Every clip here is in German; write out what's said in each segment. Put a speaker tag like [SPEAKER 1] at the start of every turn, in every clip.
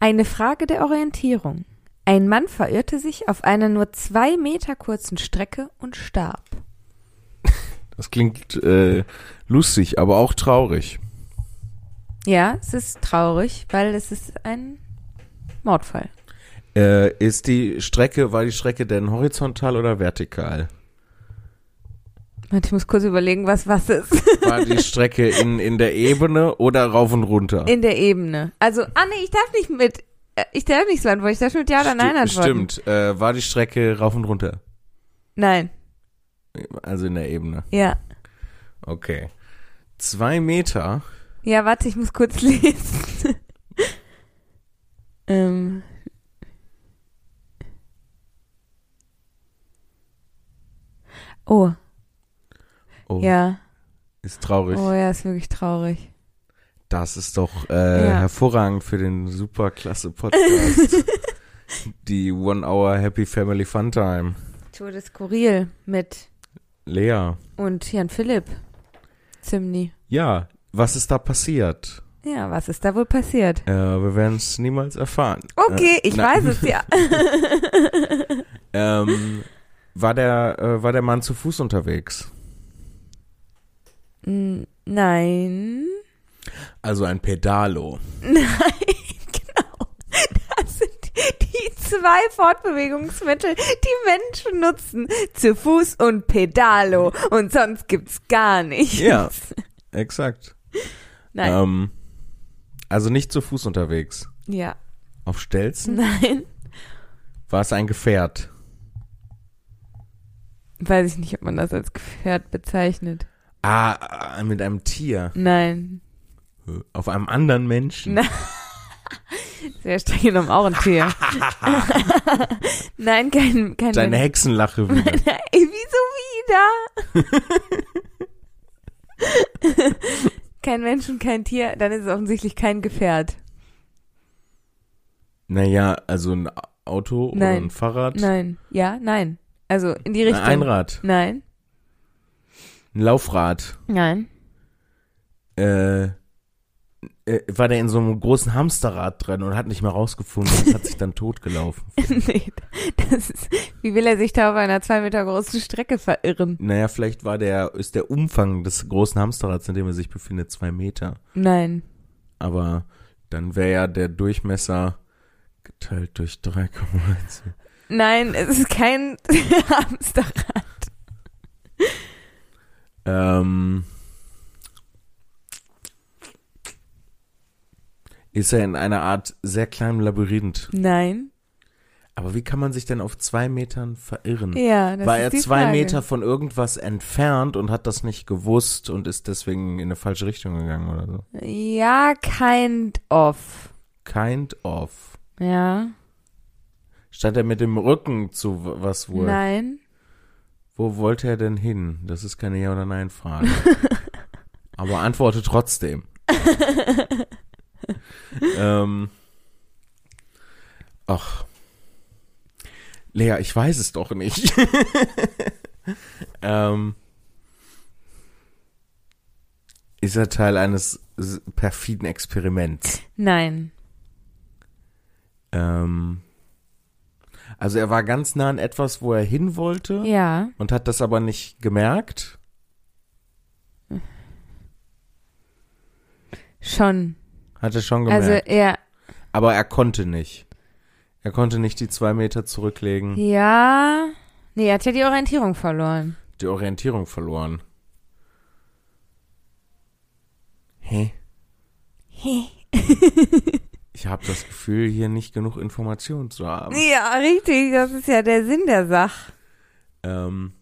[SPEAKER 1] Eine Frage der Orientierung. Ein Mann verirrte sich auf einer nur zwei Meter kurzen Strecke und starb.
[SPEAKER 2] Das klingt äh, lustig, aber auch traurig.
[SPEAKER 1] Ja, es ist traurig, weil es ist ein Mordfall.
[SPEAKER 2] Äh, ist die Strecke, war die Strecke denn horizontal oder vertikal?
[SPEAKER 1] Warte, Ich muss kurz überlegen, was was ist.
[SPEAKER 2] War die Strecke in, in der Ebene oder rauf und runter?
[SPEAKER 1] In der Ebene. Also, ah nee, ich darf nicht mit, äh, ich darf nicht so antworten, ich darf mit Ja oder Nein
[SPEAKER 2] Sti-
[SPEAKER 1] antworten.
[SPEAKER 2] Stimmt, äh, war die Strecke rauf und runter.
[SPEAKER 1] Nein,
[SPEAKER 2] Also in der Ebene.
[SPEAKER 1] ja.
[SPEAKER 2] Okay. Zwei Meter.
[SPEAKER 1] Ja, warte, ich muss kurz lesen. ähm. Oh,
[SPEAKER 2] Oh,
[SPEAKER 1] ja.
[SPEAKER 2] ist traurig.
[SPEAKER 1] Oh ja, ist wirklich traurig.
[SPEAKER 2] Das ist doch äh,
[SPEAKER 1] Ja.
[SPEAKER 2] hervorragend für den superklasse Podcast. die One Hour Happy Family Fun Time.
[SPEAKER 1] Tour de Skurril mit
[SPEAKER 2] Lea.
[SPEAKER 1] und Jan Philipp. Zimni.
[SPEAKER 2] Ja, was ist da passiert?
[SPEAKER 1] Ja, was ist da wohl passiert?
[SPEAKER 2] Äh, wir werden es niemals erfahren.
[SPEAKER 1] Okay, ich
[SPEAKER 2] Äh, na-
[SPEAKER 1] weiß es ja.
[SPEAKER 2] Ähm, war der äh, war der Mann zu Fuß unterwegs?
[SPEAKER 1] Mm, Nein.
[SPEAKER 2] Also ein Pedalo.
[SPEAKER 1] Nein, genau. Das sind die- die zwei Fortbewegungsmittel, die Menschen nutzen. Zu Fuß und Pedalo. Und sonst gibt's gar nichts.
[SPEAKER 2] Ja. Exakt.
[SPEAKER 1] Nein.
[SPEAKER 2] Ähm, also nicht zu Fuß unterwegs.
[SPEAKER 1] Ja.
[SPEAKER 2] Auf Stelzen
[SPEAKER 1] Nein. Hm.
[SPEAKER 2] war es ein Gefährt.
[SPEAKER 1] Weiß ich nicht, ob man das als Gefährt bezeichnet.
[SPEAKER 2] Ah, mit einem Tier.
[SPEAKER 1] Nein.
[SPEAKER 2] Auf einem anderen Menschen.
[SPEAKER 1] Na- Sehr streng genommen auch ein Tier. Nein, kein, kein
[SPEAKER 2] Deine
[SPEAKER 1] Mensch.
[SPEAKER 2] Hexenlache wieder.
[SPEAKER 1] Nein, wieso wieder? kein Mensch und kein Tier, dann ist es offensichtlich kein Gefährt.
[SPEAKER 2] Naja, also ein Auto oder
[SPEAKER 1] Nein.
[SPEAKER 2] ein Fahrrad.
[SPEAKER 1] Nein. Ja, nein. Also in die
[SPEAKER 2] Ein
[SPEAKER 1] Richtung.
[SPEAKER 2] Einrad.
[SPEAKER 1] Nein.
[SPEAKER 2] Ein Laufrad.
[SPEAKER 1] Nein.
[SPEAKER 2] Äh, äh, war der in so einem großen Hamsterrad drin und hat nicht mehr rausgefunden und hat sich dann totgelaufen.
[SPEAKER 1] nee. Das ist, wie will er sich da auf einer zwei Meter großen Strecke verirren?
[SPEAKER 2] Naja, vielleicht war der, ist der Umfang des großen Hamsterrads, in dem er sich befindet, zwei Meter.
[SPEAKER 1] Nein.
[SPEAKER 2] Aber dann wäre ja der Durchmesser geteilt durch 3,1.
[SPEAKER 1] Nein, es ist kein Hamsterrad.
[SPEAKER 2] Ähm, ist er in einer Art sehr kleinem Labyrinth.
[SPEAKER 1] Nein.
[SPEAKER 2] Aber wie kann man sich denn auf zwei Metern verirren?
[SPEAKER 1] Ja, das
[SPEAKER 2] War
[SPEAKER 1] ist
[SPEAKER 2] er
[SPEAKER 1] die
[SPEAKER 2] zwei
[SPEAKER 1] Frage.
[SPEAKER 2] Meter von irgendwas entfernt und hat das nicht gewusst und ist deswegen in eine falsche Richtung gegangen oder so?
[SPEAKER 1] Ja, kind of.
[SPEAKER 2] Kind of.
[SPEAKER 1] Ja.
[SPEAKER 2] Stand er mit dem Rücken zu w- was wohl?
[SPEAKER 1] Nein.
[SPEAKER 2] Wo wollte er denn hin? Das ist keine Ja- oder Nein-Frage. Aber antworte trotzdem. ähm. Ach. Lea, ich weiß es doch nicht. ähm. Ist er Teil eines s- perfiden Experiments?
[SPEAKER 1] Nein.
[SPEAKER 2] Ähm. Also er war ganz nah an etwas, wo er hin wollte
[SPEAKER 1] Ja.
[SPEAKER 2] und hat das aber nicht gemerkt.
[SPEAKER 1] Schon.
[SPEAKER 2] Hat er schon gemerkt.
[SPEAKER 1] Also er.
[SPEAKER 2] aber er konnte nicht. Er konnte nicht die zwei Meter zurücklegen.
[SPEAKER 1] Ja. Nee, er hat ja die Orientierung verloren.
[SPEAKER 2] Die Orientierung verloren. Hä? Ich habe das Gefühl, hier nicht genug Informationen zu haben.
[SPEAKER 1] Ja, richtig. Das ist ja der Sinn der Sache.
[SPEAKER 2] Ähm,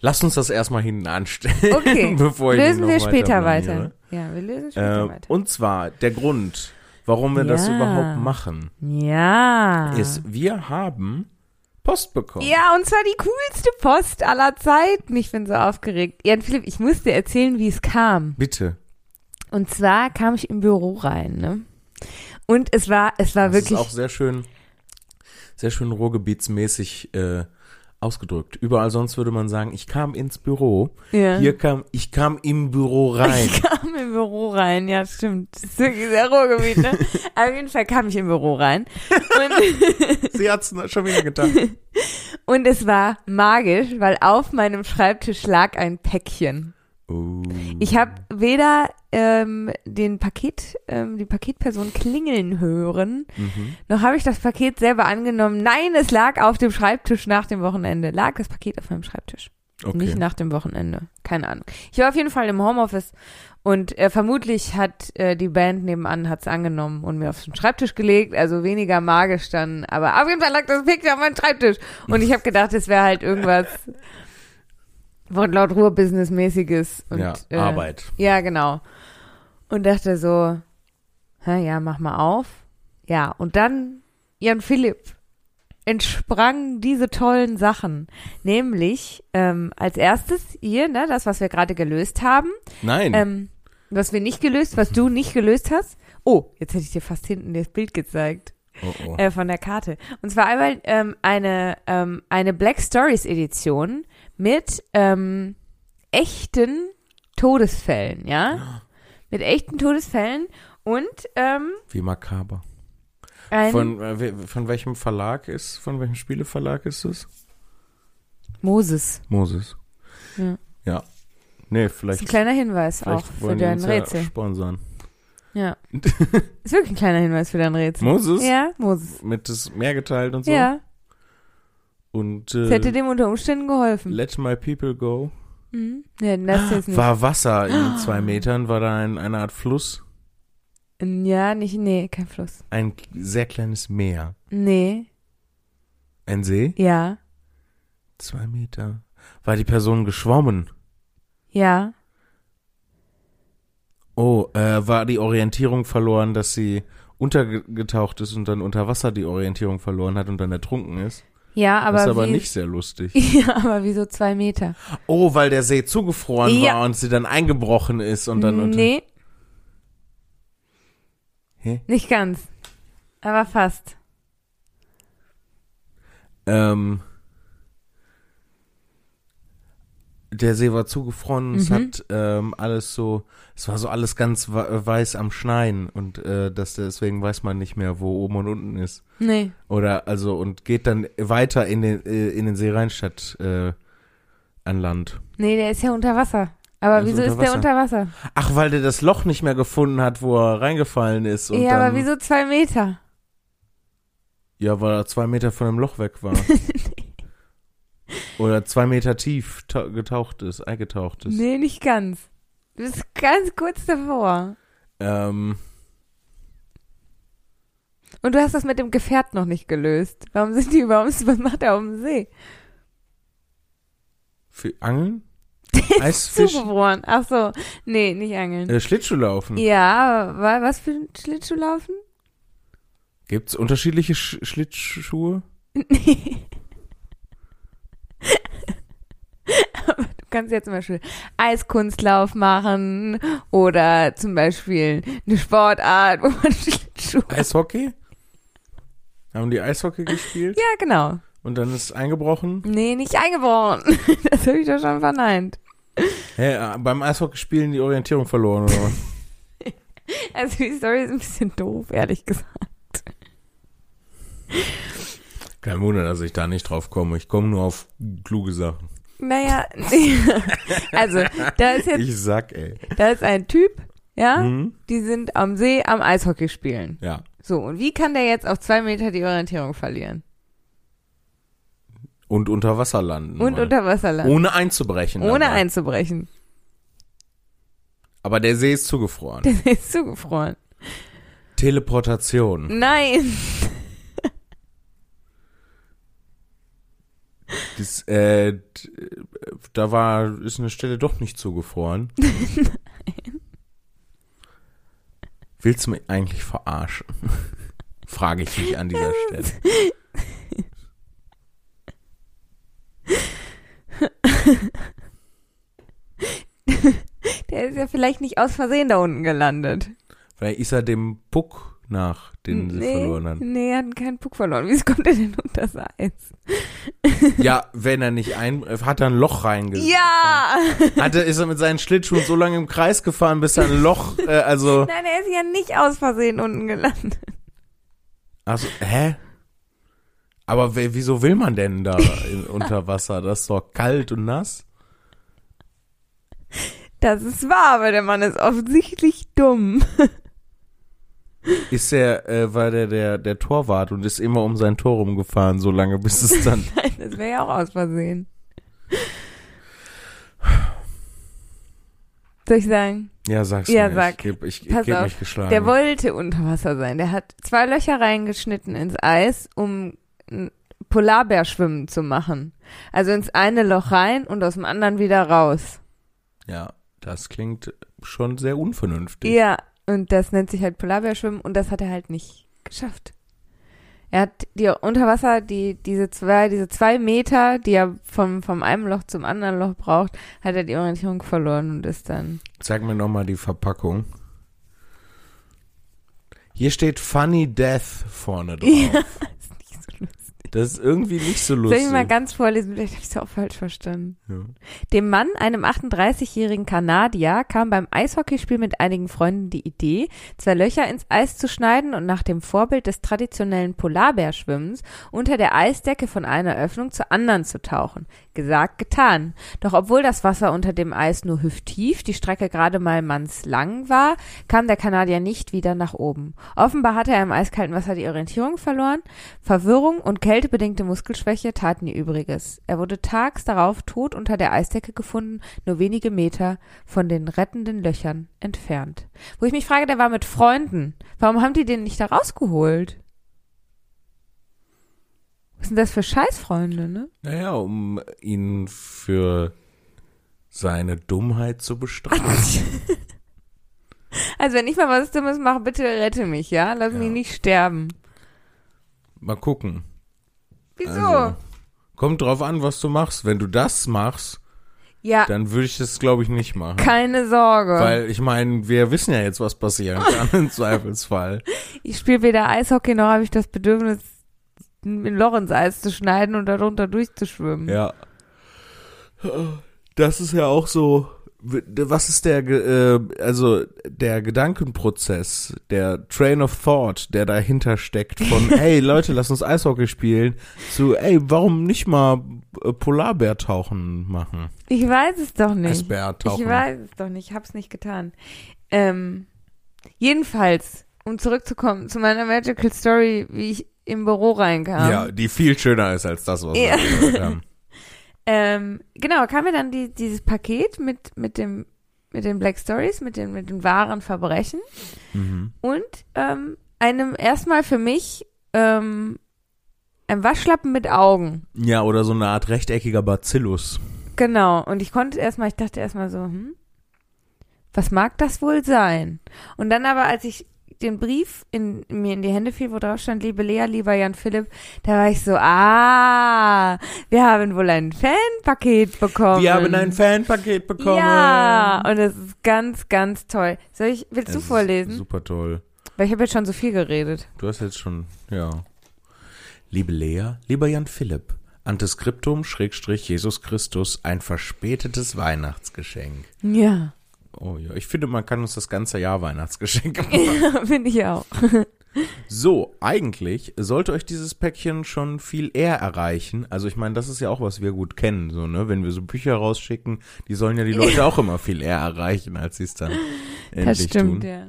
[SPEAKER 2] lass uns das erstmal hinten anstellen,
[SPEAKER 1] Okay.
[SPEAKER 2] bevor ich mich
[SPEAKER 1] lösen
[SPEAKER 2] noch
[SPEAKER 1] wir später
[SPEAKER 2] blamiere.
[SPEAKER 1] weiter. Ja, wir lösen später
[SPEAKER 2] Äh,
[SPEAKER 1] weiter.
[SPEAKER 2] und zwar der Grund, warum wir das
[SPEAKER 1] Ja. Ah.
[SPEAKER 2] überhaupt machen,
[SPEAKER 1] Ja.
[SPEAKER 2] ist, wir haben Post bekommen.
[SPEAKER 1] ja, und zwar die coolste Post aller Zeiten. Ich bin so aufgeregt. Jan Philipp, ich muss dir erzählen, wie es kam.
[SPEAKER 2] Bitte.
[SPEAKER 1] Und zwar kam ich im Büro rein, ne? Und es war, es war
[SPEAKER 2] Das
[SPEAKER 1] wirklich.
[SPEAKER 2] ist auch sehr schön, sehr schön ruhrgebietsmäßig äh, ausgedrückt. Überall sonst würde man sagen, ich kam ins Büro.
[SPEAKER 1] Ja.
[SPEAKER 2] Hier kam, ich kam im Büro rein.
[SPEAKER 1] Ich kam im Büro rein, ja, stimmt. Das ist wirklich sehr Ruhrgebiet, ne? Auf jeden Fall kam ich im Büro rein. Und,
[SPEAKER 2] Sie hat's schon wieder getan.
[SPEAKER 1] und es war magisch, weil auf meinem Schreibtisch lag ein Päckchen.
[SPEAKER 2] Oh.
[SPEAKER 1] Ich habe weder ähm, den Paket, ähm, die Paketperson klingeln hören,
[SPEAKER 2] Mhm.
[SPEAKER 1] noch habe ich das Paket selber angenommen. Nein, es lag auf dem Schreibtisch nach dem Wochenende. Lag das Paket auf meinem Schreibtisch.
[SPEAKER 2] Okay.
[SPEAKER 1] Nicht nach dem Wochenende. Keine Ahnung. Ich war auf jeden Fall im Homeoffice und äh, vermutlich hat äh, die Band nebenan hat's angenommen und mir auf den Schreibtisch gelegt. Also weniger magisch dann. Aber auf jeden Fall lag das Paket auf meinem Schreibtisch. Und ich habe gedacht, es wäre halt irgendwas Wortlaut Ruhr Businessmäßiges. Und,
[SPEAKER 2] ja,
[SPEAKER 1] äh,
[SPEAKER 2] Arbeit.
[SPEAKER 1] ja, genau. Und dachte so, hä, ja, mach mal auf. Ja, und dann Jan Philipp entsprangen diese tollen Sachen. Nämlich ähm, als erstes hier, ne, das, was wir gerade gelöst haben,
[SPEAKER 2] Nein.
[SPEAKER 1] ähm, was wir nicht gelöst, was du nicht gelöst hast. Oh, jetzt hätte ich dir fast hinten das Bild gezeigt
[SPEAKER 2] oh, oh.
[SPEAKER 1] äh, von der Karte. Und zwar einmal ähm, eine, ähm, eine Black Stories Edition mit ähm, echten Todesfällen,
[SPEAKER 2] Ah.
[SPEAKER 1] ja? Mit echten Todesfällen und ähm,
[SPEAKER 2] Wie makaber.
[SPEAKER 1] ein
[SPEAKER 2] Von, äh, we- von welchem Verlag ist, von welchem Spieleverlag ist es?
[SPEAKER 1] Moses.
[SPEAKER 2] Moses.
[SPEAKER 1] Ja.
[SPEAKER 2] Ja. Nee,
[SPEAKER 1] Das ist ein
[SPEAKER 2] vielleicht,
[SPEAKER 1] kleiner Hinweis auch
[SPEAKER 2] vielleicht
[SPEAKER 1] für
[SPEAKER 2] wollen die
[SPEAKER 1] dein
[SPEAKER 2] uns ja
[SPEAKER 1] Rätsel.
[SPEAKER 2] sponsern.
[SPEAKER 1] Ja. Ist wirklich ein kleiner Hinweis für dein Rätsel.
[SPEAKER 2] Moses?
[SPEAKER 1] Ja, Moses.
[SPEAKER 2] Mit das Meer geteilt und so.
[SPEAKER 1] Ja,
[SPEAKER 2] Und
[SPEAKER 1] das hätte
[SPEAKER 2] äh,
[SPEAKER 1] dem unter Umständen geholfen.
[SPEAKER 2] Let My People Go.
[SPEAKER 1] Mhm. Ja, das jetzt nicht. Ah.
[SPEAKER 2] War Wasser in zwei Metern, war da ein, eine Art Fluss,
[SPEAKER 1] Ja, nicht, nee, kein Fluss.
[SPEAKER 2] ein sehr kleines Meer.
[SPEAKER 1] Nee,
[SPEAKER 2] Ein See?
[SPEAKER 1] ja,
[SPEAKER 2] Zwei Meter. War die Person geschwommen?
[SPEAKER 1] ja,
[SPEAKER 2] Oh, äh, war die Orientierung verloren, dass sie untergetaucht ist und dann unter Wasser die Orientierung verloren hat und dann ertrunken ist?
[SPEAKER 1] ja, aber
[SPEAKER 2] das ist aber
[SPEAKER 1] wie,
[SPEAKER 2] nicht sehr lustig.
[SPEAKER 1] Ja, aber wieso zwei Meter?
[SPEAKER 2] Oh, weil der See zugefroren
[SPEAKER 1] Ja.
[SPEAKER 2] war und sie dann eingebrochen ist und dann unter.
[SPEAKER 1] nee,
[SPEAKER 2] Hä?
[SPEAKER 1] nicht ganz. Aber fast.
[SPEAKER 2] Ähm, der See war zugefroren, es
[SPEAKER 1] Mhm.
[SPEAKER 2] hat ähm, alles so, es war so alles ganz wa- weiß am Schneien und äh, das, deswegen weiß man nicht mehr, wo oben und unten ist.
[SPEAKER 1] Nee.
[SPEAKER 2] Oder also und geht dann weiter in den äh, in den See rein statt äh, an Land.
[SPEAKER 1] Nee, der ist ja unter Wasser. Aber
[SPEAKER 2] Der ist
[SPEAKER 1] wieso ist
[SPEAKER 2] unter
[SPEAKER 1] der
[SPEAKER 2] Wasser.
[SPEAKER 1] unter Wasser?
[SPEAKER 2] Ach, weil der das Loch nicht mehr gefunden hat, wo er reingefallen ist und
[SPEAKER 1] ja,
[SPEAKER 2] dann,
[SPEAKER 1] aber wieso zwei Meter?
[SPEAKER 2] ja, weil er zwei Meter von dem Loch weg war oder zwei Meter tief ta- getaucht ist, eingetaucht ist.
[SPEAKER 1] nee, nicht ganz. Du bist ganz kurz davor.
[SPEAKER 2] Ähm,
[SPEAKER 1] Und du hast das mit dem Gefährt noch nicht gelöst. Warum sind die überhaupt, was macht er auf dem See?
[SPEAKER 2] für Angeln, Eisfischen,
[SPEAKER 1] Zugefroren. Ach so. Nee, nicht angeln.
[SPEAKER 2] äh, Schlittschuhlaufen.
[SPEAKER 1] Ja, wa- was für ein Schlittschuhlaufen?
[SPEAKER 2] Gibt's unterschiedliche Sch Schlittschuhe?
[SPEAKER 1] Nee. Aber du kannst ja zum Beispiel Eiskunstlauf machen oder zum Beispiel eine Sportart, wo man Schlittschuhe.
[SPEAKER 2] Eishockey? Haben die Eishockey gespielt
[SPEAKER 1] Ja, genau.
[SPEAKER 2] und dann ist eingebrochen?
[SPEAKER 1] Nee, nicht eingebrochen. Das habe ich doch schon verneint.
[SPEAKER 2] Hä, äh, beim Eishockey spielen die Orientierung verloren oder was?
[SPEAKER 1] Also die Story ist ein bisschen doof, ehrlich gesagt.
[SPEAKER 2] Kein Wunder, dass ich da nicht drauf komme. Ich komme nur auf kluge Sachen.
[SPEAKER 1] Naja, nee. also da ist jetzt,
[SPEAKER 2] Ich sag, ey.
[SPEAKER 1] da ist ein Typ, ja,
[SPEAKER 2] Hm?
[SPEAKER 1] die sind am See am Eishockey spielen.
[SPEAKER 2] Ja.
[SPEAKER 1] So, und wie kann der jetzt auf zwei Meter die Orientierung verlieren?
[SPEAKER 2] Und unter Wasser landen.
[SPEAKER 1] Und
[SPEAKER 2] mal.
[SPEAKER 1] unter Wasser landen.
[SPEAKER 2] Ohne einzubrechen.
[SPEAKER 1] Ohne
[SPEAKER 2] dabei.
[SPEAKER 1] einzubrechen.
[SPEAKER 2] Aber der See ist zugefroren.
[SPEAKER 1] Der See ist zugefroren.
[SPEAKER 2] Teleportation.
[SPEAKER 1] Nein.
[SPEAKER 2] Das, äh, d- äh, da war, ist eine Stelle doch nicht zugefroren. Nein. Willst du mich eigentlich verarschen? Frage ich mich an dieser Stelle.
[SPEAKER 1] Der ist ja vielleicht nicht aus Versehen da unten gelandet.
[SPEAKER 2] Vielleicht ist er dem Puck nach, den sie
[SPEAKER 1] nee,
[SPEAKER 2] verloren haben.
[SPEAKER 1] Nee, er hat keinen Puck verloren. Wieso kommt er denn unter das Eis?
[SPEAKER 2] Ja, wenn er nicht ein, hat er ein Loch reingesetzt.
[SPEAKER 1] Ja!
[SPEAKER 2] Hat er, ist er mit seinen Schlittschuhen so lange im Kreis gefahren, bis er ein Loch, äh, also,
[SPEAKER 1] Nein, er ist ja nicht aus Versehen unten gelandet.
[SPEAKER 2] also, hä? Aber w- wieso will man denn da in, unter Wasser? Das ist doch kalt und nass.
[SPEAKER 1] Das ist wahr, aber der Mann ist offensichtlich dumm.
[SPEAKER 2] Ist der, äh, war der, der, der Torwart und ist immer um sein Tor rumgefahren, so lange, bis es dann,
[SPEAKER 1] Nein, das wäre ja auch aus Versehen. Soll ich sagen?
[SPEAKER 2] ja, sag's
[SPEAKER 1] Ja,
[SPEAKER 2] mir.
[SPEAKER 1] sag.
[SPEAKER 2] Ich, geb- ich, ich
[SPEAKER 1] Pass
[SPEAKER 2] geb
[SPEAKER 1] auf.
[SPEAKER 2] mich geschlagen.
[SPEAKER 1] Der wollte unter Wasser sein. Der hat zwei Löcher reingeschnitten ins Eis, um ein Polarbärschwimmen zu machen. Also ins eine Loch rein und aus dem anderen wieder raus.
[SPEAKER 2] ja, das klingt schon sehr unvernünftig.
[SPEAKER 1] Ja, und das nennt sich halt Polarbärschwimmen und das hat er halt nicht geschafft. Er hat die unter Wasser, die, diese zwei, diese zwei Meter, die er vom, vom einem Loch zum anderen Loch braucht, hat er die Orientierung verloren und ist dann.
[SPEAKER 2] Zeig mir nochmal die Verpackung. Hier steht Funny Death vorne drauf. Das ist irgendwie nicht so
[SPEAKER 1] Soll
[SPEAKER 2] lustig.
[SPEAKER 1] ich mal ganz vorlesen? Vielleicht habe ich es auch falsch verstanden.
[SPEAKER 2] Ja.
[SPEAKER 1] Dem Mann, einem 38-jährigen Kanadier, kam beim Eishockeyspiel mit einigen Freunden die Idee, zwei Löcher ins Eis zu schneiden und nach dem Vorbild des traditionellen Polarbärschwimmens unter der Eisdecke von einer Öffnung zur anderen zu tauchen. Gesagt, getan. Doch obwohl das Wasser unter dem Eis nur hüfttief, die Strecke gerade mal mannslang war, kam der Kanadier nicht wieder nach oben. Offenbar hatte er im eiskalten Wasser die Orientierung verloren. Verwirrung und kältebedingte Muskelschwäche taten ihr Übriges. Er wurde tags darauf tot unter der Eisdecke gefunden, nur wenige Meter von den rettenden Löchern entfernt. Wo ich mich frage, der war mit Freunden. Warum haben die den nicht da rausgeholt? Was sind das für Scheißfreunde, ne?
[SPEAKER 2] Naja, um ihn für seine Dummheit zu bestrafen.
[SPEAKER 1] Also wenn ich mal was Dummes mache, bitte rette mich, ja? Lass mich
[SPEAKER 2] Ja.
[SPEAKER 1] nicht sterben.
[SPEAKER 2] mal gucken.
[SPEAKER 1] Wieso?
[SPEAKER 2] Also, kommt drauf an, was du machst. Wenn du das machst,
[SPEAKER 1] ja,
[SPEAKER 2] dann würde ich das, glaube ich, nicht machen.
[SPEAKER 1] keine Sorge.
[SPEAKER 2] Weil ich meine, wir wissen ja jetzt, was passieren kann im Zweifelsfall.
[SPEAKER 1] Ich spiele weder Eishockey noch habe ich das Bedürfnis, in Lorenz Eis zu schneiden und darunter durchzuschwimmen.
[SPEAKER 2] Ja. Das ist ja auch so. Was ist der, Ge- äh, also der Gedankenprozess, der Train of Thought, der dahinter steckt von, hey Leute, lass uns Eishockey spielen, zu, ey, warum nicht mal äh, Polarbärtauchen machen?
[SPEAKER 1] Ich weiß es doch nicht.
[SPEAKER 2] Eisbärtauchen.
[SPEAKER 1] Ich weiß es doch nicht, ich hab's nicht getan. Ähm, jedenfalls, um zurückzukommen zu meiner Magical Story, wie ich im Büro reinkam.
[SPEAKER 2] Ja, die viel schöner ist als das, was wir
[SPEAKER 1] Ja.
[SPEAKER 2] gehört haben.
[SPEAKER 1] Ähm, genau, kam mir dann die, dieses Paket mit, mit, dem, mit den Black Stories, mit den, mit den wahren Verbrechen
[SPEAKER 2] Mhm.
[SPEAKER 1] und ähm, einem erstmal für mich ähm, ein Waschlappen mit Augen.
[SPEAKER 2] Ja, oder so eine Art rechteckiger Bacillus.
[SPEAKER 1] Genau, und ich konnte erstmal, ich dachte erstmal so, hm, was mag das wohl sein? Und dann aber, als ich den Brief in, mir in die Hände fiel, wo drauf stand, liebe Lea, lieber Jan Philipp, da war ich so, ah, wir haben wohl ein Fanpaket bekommen.
[SPEAKER 2] Wir haben ein Fanpaket bekommen.
[SPEAKER 1] Ja, und es ist ganz, ganz toll. Soll ich, willst
[SPEAKER 2] Es
[SPEAKER 1] du
[SPEAKER 2] ist
[SPEAKER 1] vorlesen?
[SPEAKER 2] Super toll.
[SPEAKER 1] Weil ich habe jetzt schon so viel geredet.
[SPEAKER 2] Du hast jetzt schon, ja. Liebe Lea, lieber Jan Philipp, Anteskriptum Schrägstrich Jesus Christus, ein verspätetes Weihnachtsgeschenk.
[SPEAKER 1] Ja,
[SPEAKER 2] Oh ja, ich finde, man kann uns das ganze Jahr Weihnachtsgeschenke machen.
[SPEAKER 1] finde ich auch.
[SPEAKER 2] So, eigentlich sollte euch dieses Päckchen schon viel eher erreichen. Also ich meine, das ist ja auch, was wir gut kennen, so, ne? Wenn wir so Bücher rausschicken, die sollen ja die Leute auch immer viel eher erreichen, als sie es dann endlich
[SPEAKER 1] Das stimmt,
[SPEAKER 2] tun.
[SPEAKER 1] ja.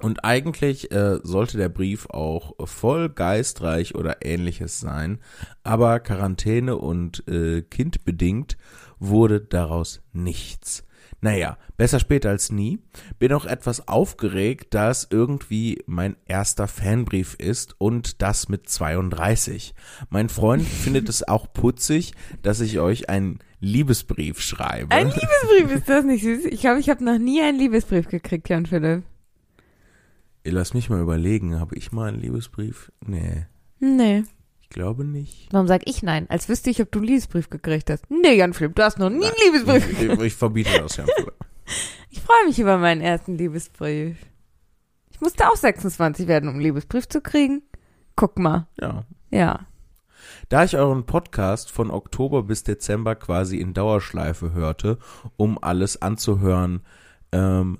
[SPEAKER 2] Und eigentlich äh, sollte der Brief auch voll geistreich oder ähnliches sein, aber Quarantäne und äh, kindbedingt wurde daraus nichts. Naja, besser später als nie. Bin auch etwas aufgeregt, da es irgendwie mein erster Fanbrief ist und das mit 32. Mein Freund findet es auch putzig, dass ich euch einen Liebesbrief schreibe.
[SPEAKER 1] Ein Liebesbrief, ist das nicht süß? Ich glaube, ich habe noch nie einen Liebesbrief gekriegt, Jan Philipp.
[SPEAKER 2] Lass mich mal überlegen, habe ich mal einen Liebesbrief? Nee,
[SPEAKER 1] Nee.
[SPEAKER 2] ich glaube nicht.
[SPEAKER 1] Warum sag ich nein? Als wüsste ich, ob du einen Liebesbrief gekriegt hast. Nee, Jan Philipp, du hast noch nie einen Liebesbrief.
[SPEAKER 2] Ich, ich verbiete das ja.
[SPEAKER 1] Ich freue mich über meinen ersten Liebesbrief. Ich musste auch 26 werden, um einen Liebesbrief zu kriegen. Guck mal.
[SPEAKER 2] Ja.
[SPEAKER 1] Ja.
[SPEAKER 2] Da ich euren Podcast von Oktober bis Dezember quasi in Dauerschleife hörte, um alles anzuhören, ähm,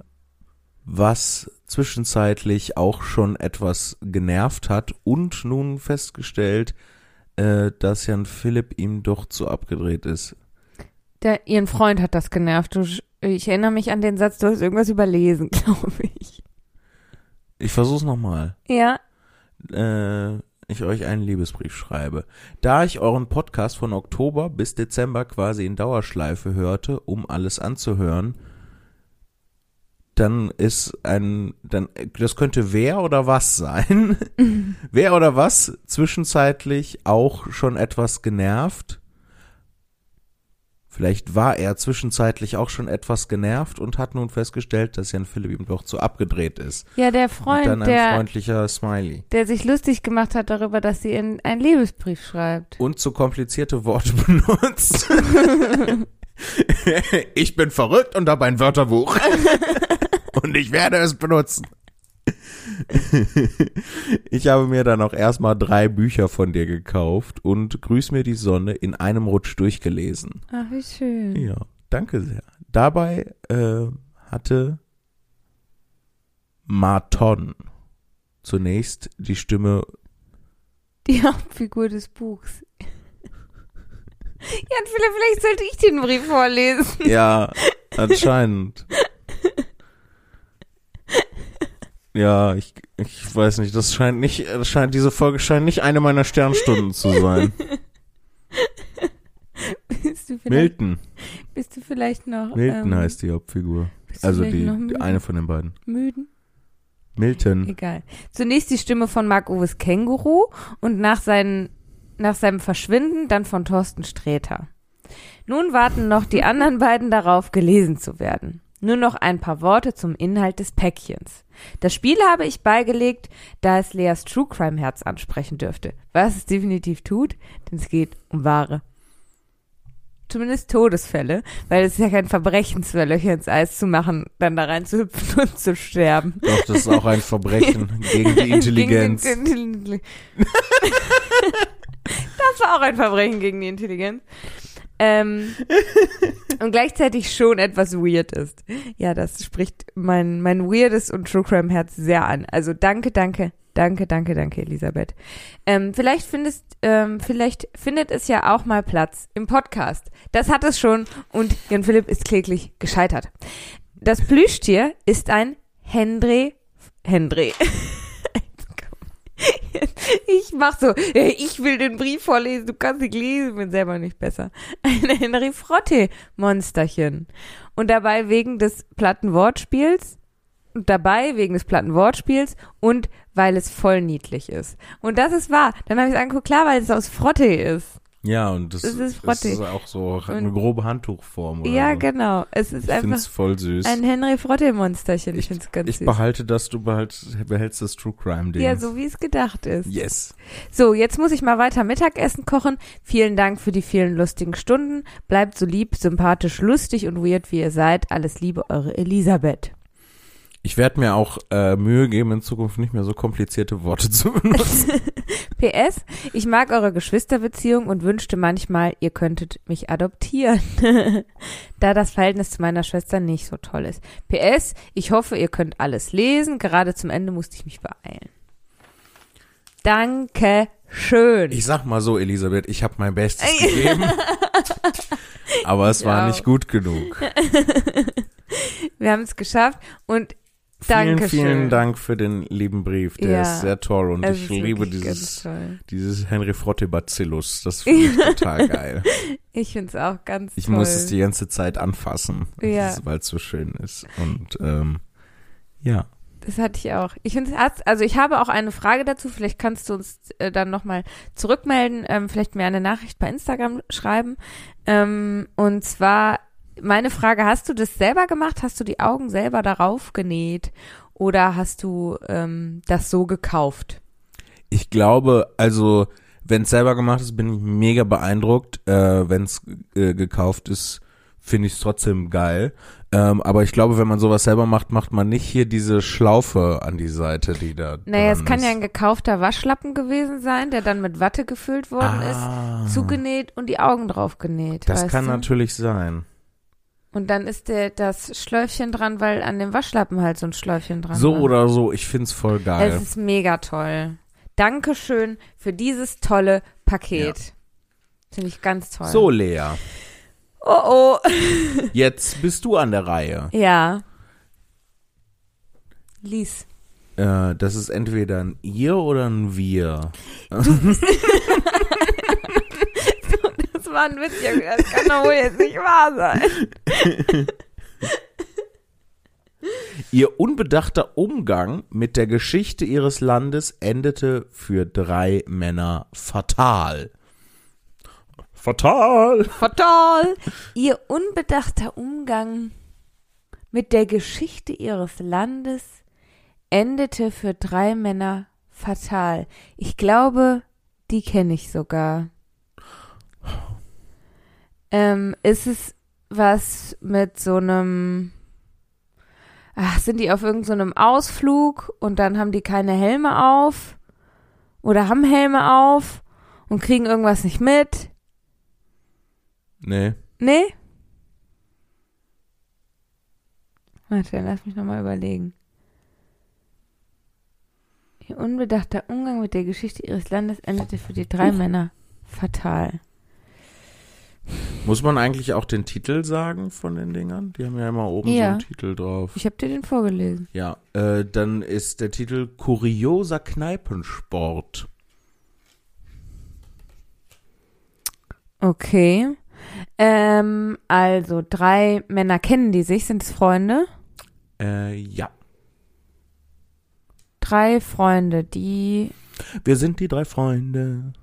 [SPEAKER 2] was zwischenzeitlich auch schon etwas genervt hat und nun festgestellt, äh, dass Jan Philipp ihm doch zu abgedreht ist.
[SPEAKER 1] Der, ihren Freund hat das genervt. Du, sch- ich erinnere mich an den Satz, du hast irgendwas überlesen, glaube ich.
[SPEAKER 2] Ich versuch's nochmal.
[SPEAKER 1] Ja.
[SPEAKER 2] äh, ich euch einen Liebesbrief schreibe. Da ich euren Podcast von Oktober bis Dezember quasi in Dauerschleife hörte, um alles anzuhören, dann ist ein, dann, das könnte wer oder was sein. wer oder was zwischenzeitlich auch schon etwas genervt. Vielleicht war er zwischenzeitlich auch schon etwas genervt und hat nun festgestellt, dass Jan Philipp ihm doch zu abgedreht ist.
[SPEAKER 1] Ja, der
[SPEAKER 2] und dann
[SPEAKER 1] Freund,
[SPEAKER 2] ein
[SPEAKER 1] der,
[SPEAKER 2] freundlicher Smiley.
[SPEAKER 1] der sich lustig gemacht hat darüber, dass sie in einen Liebesbrief schreibt.
[SPEAKER 2] und zu komplizierte Worte benutzt. ich bin verrückt und habe ein Wörterbuch. und ich werde es benutzen. ich habe mir dann auch erstmal drei Bücher von dir gekauft und Grüß mir die Sonne in einem Rutsch durchgelesen.
[SPEAKER 1] Ach, wie schön.
[SPEAKER 2] Ja, danke sehr. Dabei äh, hatte Marton zunächst die Stimme
[SPEAKER 1] Die Hauptfigur des Buchs. Jan Philipp, vielleicht sollte ich den Brief vorlesen.
[SPEAKER 2] Ja, anscheinend. Ja, ich, ich weiß nicht, das scheint nicht, das scheint, diese Folge scheint nicht eine meiner Sternstunden zu sein.
[SPEAKER 1] Bist du vielleicht,
[SPEAKER 2] Milton.
[SPEAKER 1] bist du vielleicht noch.
[SPEAKER 2] Milton
[SPEAKER 1] ähm,
[SPEAKER 2] heißt die Hauptfigur.
[SPEAKER 1] bist du
[SPEAKER 2] Also
[SPEAKER 1] vielleicht
[SPEAKER 2] die,
[SPEAKER 1] noch müde?
[SPEAKER 2] die eine von den beiden.
[SPEAKER 1] Müden?
[SPEAKER 2] Milton.
[SPEAKER 1] Egal. Zunächst die Stimme von Marc-Uwes Känguru und nach, seinen, nach seinem Verschwinden dann von Thorsten Sträter. Nun warten noch die anderen beiden darauf, gelesen zu werden. Nur noch ein paar Worte zum Inhalt des Päckchens. Das Spiel habe ich beigelegt, da es Leas True Crime Herz ansprechen dürfte. Was es definitiv tut, denn es geht um wahre. Zumindest Todesfälle, weil es ist ja kein Verbrechen, zwei Löcher ins Eis zu machen, dann da rein zu hüpfen und zu sterben.
[SPEAKER 2] Doch, das ist auch ein Verbrechen gegen die Intelligenz.
[SPEAKER 1] Gegen die Intelli- das war auch ein Verbrechen gegen die Intelligenz. Ähm, und gleichzeitig schon etwas weird ist. Ja, das spricht mein, mein weirdes und True Crime Herz sehr an. Also danke, danke, danke, danke, danke, Elisabeth. Ähm, vielleicht findest, ähm, vielleicht findet es ja auch mal Platz im Podcast. Das hat es schon und Jan Philipp ist kläglich gescheitert. Das Plüschtier ist ein Hendré, Hendré. Ich mach so, äh, ich will den Brief vorlesen, du kannst nicht lesen, bin selber nicht besser. Ein Henry Frotte-Monsterchen. Und dabei wegen des platten Wortspiels, und dabei wegen des platten Wortspiels und weil es voll niedlich ist. Und das ist wahr. Dann habe ich es angeguckt, klar, weil es aus Frotte ist.
[SPEAKER 2] Ja, und das,
[SPEAKER 1] Das ist
[SPEAKER 2] das ist
[SPEAKER 1] frottig.
[SPEAKER 2] auch so eine
[SPEAKER 1] Und-
[SPEAKER 2] grobe Handtuchform. Oder
[SPEAKER 1] ja,
[SPEAKER 2] so.
[SPEAKER 1] genau. Es ist
[SPEAKER 2] Ich
[SPEAKER 1] einfach
[SPEAKER 2] find's voll süß.
[SPEAKER 1] ein Henry Frotte-Monsterchen. Ich, finde es ganz
[SPEAKER 2] ich
[SPEAKER 1] süß.
[SPEAKER 2] behalte das, du behalt, behältst das True Crime Ding.
[SPEAKER 1] Ja, so wie es gedacht ist.
[SPEAKER 2] Yes.
[SPEAKER 1] So, jetzt muss ich mal weiter Mittagessen kochen. Vielen Dank für die vielen lustigen Stunden. Bleibt so lieb, sympathisch, lustig und weird, wie ihr seid. Alles Liebe, eure Elisabeth.
[SPEAKER 2] Ich werde mir auch äh, Mühe geben, in Zukunft nicht mehr so komplizierte Worte zu benutzen.
[SPEAKER 1] PS, ich mag eure Geschwisterbeziehung und wünschte manchmal, ihr könntet mich adoptieren, da das Verhältnis zu meiner Schwester nicht so toll ist. PS, ich hoffe, ihr könnt alles lesen. Gerade zum Ende musste ich mich beeilen. Danke schön.
[SPEAKER 2] Ich sag mal so, Elisabeth, ich habe mein Bestes gegeben. Aber es war
[SPEAKER 1] Ja.
[SPEAKER 2] nicht gut genug.
[SPEAKER 1] Wir haben es geschafft und
[SPEAKER 2] Vielen,
[SPEAKER 1] Dankeschön.
[SPEAKER 2] vielen Dank für den lieben Brief. Der
[SPEAKER 1] Ja.
[SPEAKER 2] ist sehr toll und
[SPEAKER 1] Es
[SPEAKER 2] ich
[SPEAKER 1] ist
[SPEAKER 2] liebe
[SPEAKER 1] wirklich ganz
[SPEAKER 2] dieses,
[SPEAKER 1] toll.
[SPEAKER 2] dieses Henry Frotte Bacillus. Das finde ich total geil.
[SPEAKER 1] Ich find's auch ganz
[SPEAKER 2] Ich
[SPEAKER 1] toll.
[SPEAKER 2] muss es die ganze Zeit anfassen,
[SPEAKER 1] Ja.
[SPEAKER 2] weil es so schön ist. Und ähm, ja.
[SPEAKER 1] Das hatte ich auch. Ich find's erst- also ich habe auch eine Frage dazu. Vielleicht kannst du uns äh, dann nochmal zurückmelden, ähm, vielleicht mir eine Nachricht bei Instagram schreiben. Ähm, und zwar meine Frage, hast du das selber gemacht? Hast du die Augen selber darauf genäht? Oder hast du ähm, das so gekauft?
[SPEAKER 2] Ich glaube, also wenn es selber gemacht ist, bin ich mega beeindruckt. Äh, wenn es äh, gekauft ist, finde ich es trotzdem geil. Ähm, aber ich glaube, wenn man sowas selber macht, macht man nicht hier diese Schlaufe an die Seite, die da.
[SPEAKER 1] Naja, es
[SPEAKER 2] dran
[SPEAKER 1] kann
[SPEAKER 2] ist.
[SPEAKER 1] ja ein gekaufter Waschlappen gewesen sein, der dann mit Watte gefüllt worden
[SPEAKER 2] Ah.
[SPEAKER 1] ist, zugenäht und die Augen drauf genäht.
[SPEAKER 2] Das
[SPEAKER 1] weißt
[SPEAKER 2] kann
[SPEAKER 1] du?
[SPEAKER 2] natürlich sein.
[SPEAKER 1] Und dann ist der das Schläufchen dran, weil an dem Waschlappen halt so ein Schläufchen dran
[SPEAKER 2] So
[SPEAKER 1] war.
[SPEAKER 2] oder so, ich find's voll
[SPEAKER 1] Es
[SPEAKER 2] geil.
[SPEAKER 1] ist mega toll. Dankeschön für dieses tolle Paket. Finde ich ganz toll.
[SPEAKER 2] So, Lea,
[SPEAKER 1] Oh oh.
[SPEAKER 2] jetzt bist du an der Reihe.
[SPEAKER 1] Ja. Lies.
[SPEAKER 2] Äh, das ist entweder ein ihr oder ein wir.
[SPEAKER 1] Das war ein Witz, Junge. das kann doch wohl jetzt nicht wahr sein.
[SPEAKER 2] Ihr unbedachter Umgang mit der Geschichte ihres Landes endete für drei Männer fatal. Fatal!
[SPEAKER 1] Fatal. Ihr unbedachter Umgang mit der Geschichte ihres Landes endete für drei Männer fatal. Ich glaube, die kenne ich sogar. Ähm, ist es was mit so einem. Ach, sind die auf irgendeinem Ausflug und dann haben die keine Helme auf? Oder haben Helme auf und kriegen irgendwas nicht mit?
[SPEAKER 2] Nee.
[SPEAKER 1] Nee? Warte, lass mich nochmal überlegen. Ihr unbedachter Umgang mit der Geschichte ihres Landes endete für die drei Männer fatal.
[SPEAKER 2] Muss man eigentlich auch den Titel sagen von den Dingern? Die haben ja immer oben so
[SPEAKER 1] Ja.
[SPEAKER 2] einen Titel drauf.
[SPEAKER 1] Ich habe dir den vorgelesen.
[SPEAKER 2] Ja, äh, dann ist der Titel Kurioser Kneipensport.
[SPEAKER 1] Okay. Ähm, also, drei Männer kennen die sich, sind es Freunde?
[SPEAKER 2] Äh, ja.
[SPEAKER 1] Drei Freunde, die.
[SPEAKER 2] Wir sind die drei Freunde.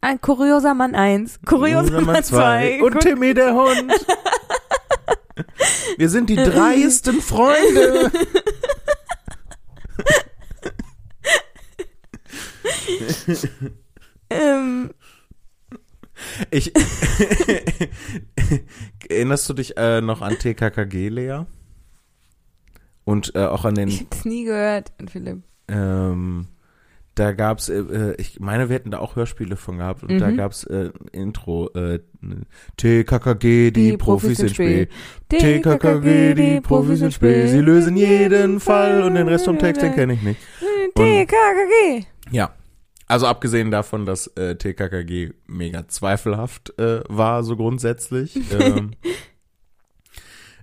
[SPEAKER 1] Ein kurioser Mann 1, kurioser Mann 2
[SPEAKER 2] Und Timmy der Hund. Wir sind die dreiesten Freunde.
[SPEAKER 1] ähm,
[SPEAKER 2] Ich. Erinnerst du dich äh, noch an TKKG, Lea? Und äh, auch an
[SPEAKER 1] ich
[SPEAKER 2] den.
[SPEAKER 1] hab's nie gehört, Philipp.
[SPEAKER 2] Ähm, da gab's, äh, äh, ich meine, wir hätten da auch Hörspiele von gehabt und da
[SPEAKER 1] Mhm.
[SPEAKER 2] gab's äh, ein Intro. Äh, TKKG, die, Profis sind Spee. TKKG, die Profis sind Spee. Sie lösen jeden Fall und den Rest vom Text, den kenne ich nicht.
[SPEAKER 1] TKKG.
[SPEAKER 2] Ja. Also abgesehen davon, dass äh, TKKG mega zweifelhaft äh, war, so grundsätzlich. Ähm,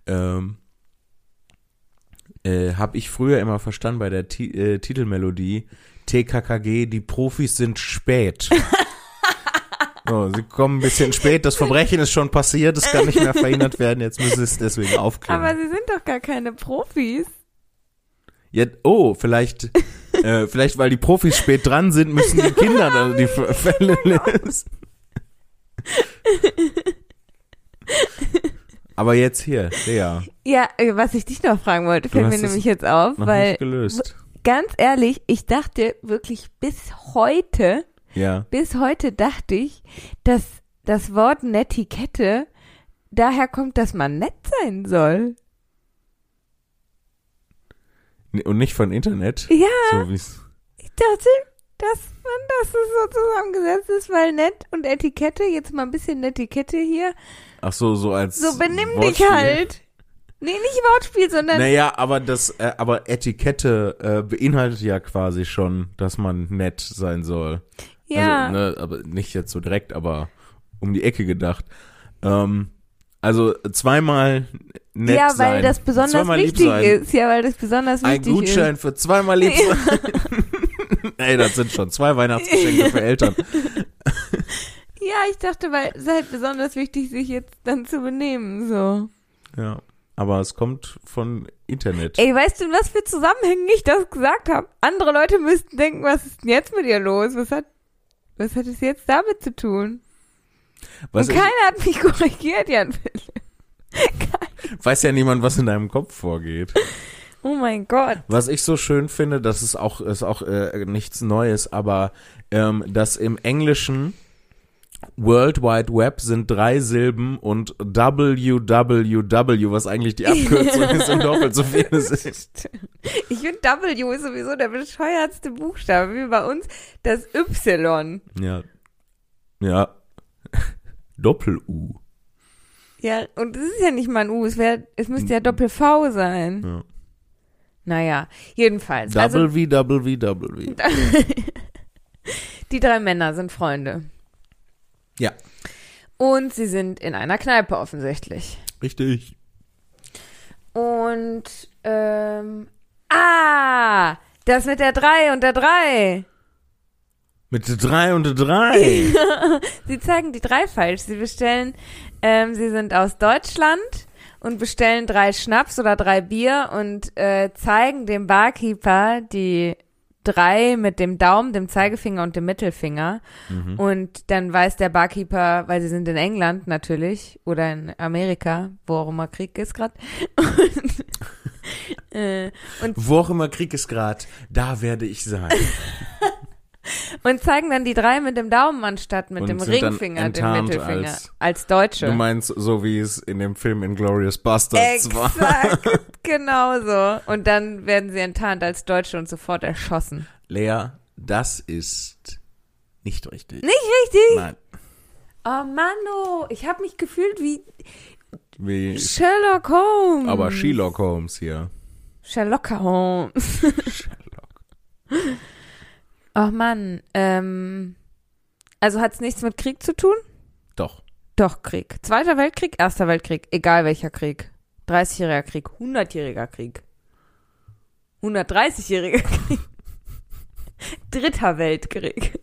[SPEAKER 2] ähm, äh, Habe ich früher immer verstanden bei der Ti äh, Titelmelodie TKKG, die Profis sind spät. So, sie kommen ein bisschen spät, das Verbrechen ist schon passiert, es kann nicht mehr verhindert werden, jetzt müssen sie es deswegen aufklären.
[SPEAKER 1] Aber sie sind doch gar keine Profis.
[SPEAKER 2] Ja, oh, vielleicht, äh, vielleicht weil die Profis spät dran sind, müssen die Kinder dann die F- Fälle
[SPEAKER 1] Genau.
[SPEAKER 2] lösen. Aber jetzt hier, Lea,
[SPEAKER 1] Ja, äh, was ich dich noch fragen wollte,
[SPEAKER 2] hast
[SPEAKER 1] fällt mir
[SPEAKER 2] es
[SPEAKER 1] nämlich jetzt auf,
[SPEAKER 2] noch
[SPEAKER 1] weil
[SPEAKER 2] nicht gelöst.
[SPEAKER 1] ganz ehrlich, ich dachte wirklich bis heute,
[SPEAKER 2] Ja,
[SPEAKER 1] bis heute dachte ich, dass das Wort Netiquette daher kommt, dass man nett sein soll.
[SPEAKER 2] N- und nicht von Internet,
[SPEAKER 1] Ja,
[SPEAKER 2] so wie's.
[SPEAKER 1] ich dachte, dass man das so zusammengesetzt ist, weil nett und Etikette, jetzt mal ein bisschen Netiquette hier,
[SPEAKER 2] Ach so, so als
[SPEAKER 1] So benimm dich
[SPEAKER 2] Wortspiel.
[SPEAKER 1] halt. Nee, nicht Wortspiel, sondern
[SPEAKER 2] Naja, aber das, äh, aber Etikette äh, beinhaltet ja quasi schon, dass man nett sein soll.
[SPEAKER 1] ja.
[SPEAKER 2] Also, ne, aber nicht jetzt so direkt, aber um die Ecke gedacht. Ähm, also zweimal ne, nett
[SPEAKER 1] ja, weil
[SPEAKER 2] sein.
[SPEAKER 1] das besonders
[SPEAKER 2] zweimal lieb
[SPEAKER 1] wichtig
[SPEAKER 2] sein.
[SPEAKER 1] ist. Ja, weil das besonders
[SPEAKER 2] Ein
[SPEAKER 1] wichtig
[SPEAKER 2] Gutschein für zweimal lieb sein. Ey, das sind schon zwei Weihnachtsgeschenke für Eltern.
[SPEAKER 1] ist. Ja, ich dachte, weil es ist halt besonders wichtig, sich jetzt dann zu benehmen, so.
[SPEAKER 2] Ja, aber es kommt von Internet.
[SPEAKER 1] Ey, weißt du, in was für Zusammenhängen ich das gesagt habe? Andere Leute müssten denken, was ist denn jetzt mit ihr los? Was hat, was hat es jetzt damit zu tun?
[SPEAKER 2] Weiß,
[SPEAKER 1] Und
[SPEAKER 2] ich,
[SPEAKER 1] keiner hat mich korrigiert, Jan Philipp.
[SPEAKER 2] weiß ja niemand, was in deinem Kopf vorgeht.
[SPEAKER 1] Oh mein Gott.
[SPEAKER 2] Was ich so schön finde, das ist auch, ist auch äh, nichts Neues, aber ähm, dass im Englischen World Wide Web sind drei Silben und WWW, was eigentlich die Abkürzung ist und doppelt so viel ist.
[SPEAKER 1] Ich finde W ist sowieso der bescheuertste Buchstabe, wie bei uns das Y.
[SPEAKER 2] Ja. Ja. Doppel-U.
[SPEAKER 1] Ja, und es ist ja nicht mal ein U, es, wär, es müsste ja Doppel-V sein.
[SPEAKER 2] Ja.
[SPEAKER 1] Naja, jedenfalls. also,
[SPEAKER 2] Double W, Double W, Double W.
[SPEAKER 1] die drei Männer sind Freunde.
[SPEAKER 2] Ja.
[SPEAKER 1] Und sie sind in einer Kneipe offensichtlich.
[SPEAKER 2] Richtig.
[SPEAKER 1] Und, ähm, ah, das mit der 3 und der 3.
[SPEAKER 2] Mit der drei und der drei.
[SPEAKER 1] Sie zeigen die 3 falsch. Sie bestellen, ähm, sie sind aus Deutschland und bestellen drei Schnaps oder drei Bier und äh, zeigen dem Barkeeper die 3 mit dem Daumen, dem Zeigefinger und dem Mittelfinger.
[SPEAKER 2] Mhm.
[SPEAKER 1] Und dann weiß der Barkeeper, weil sie sind in England natürlich oder in Amerika, wo auch immer Krieg ist gerade. Und, äh,
[SPEAKER 2] Wo auch immer Krieg ist grad, da werde ich sein.
[SPEAKER 1] Und zeigen dann die drei mit dem Daumen anstatt mit
[SPEAKER 2] Und
[SPEAKER 1] dem
[SPEAKER 2] sind dann
[SPEAKER 1] Ringfinger, dem
[SPEAKER 2] enttarnt
[SPEAKER 1] Mittelfinger. Als,
[SPEAKER 2] als-
[SPEAKER 1] Deutsche.
[SPEAKER 2] Du meinst, so wie es in dem Film Inglourious Bastards war.
[SPEAKER 1] Exakt, genau so. Und dann werden sie enttarnt als Deutsche und sofort erschossen.
[SPEAKER 2] Lea, das ist nicht richtig.
[SPEAKER 1] Nicht richtig?
[SPEAKER 2] Nein.
[SPEAKER 1] Oh Mann, oh, ich habe mich gefühlt wie
[SPEAKER 2] Wie,
[SPEAKER 1] Sherlock Holmes.
[SPEAKER 2] aber Sherlock Holmes hier.
[SPEAKER 1] Sherlock Holmes.
[SPEAKER 2] Sherlock.
[SPEAKER 1] Oh Mann, ähm, also hat's nichts mit Krieg zu tun?
[SPEAKER 2] Doch.
[SPEAKER 1] Doch, Krieg. Zweiter Weltkrieg, Erster Weltkrieg, egal welcher Krieg. 30-jähriger Krieg, 100-jähriger Krieg. 130-jähriger Krieg. Dritter Weltkrieg.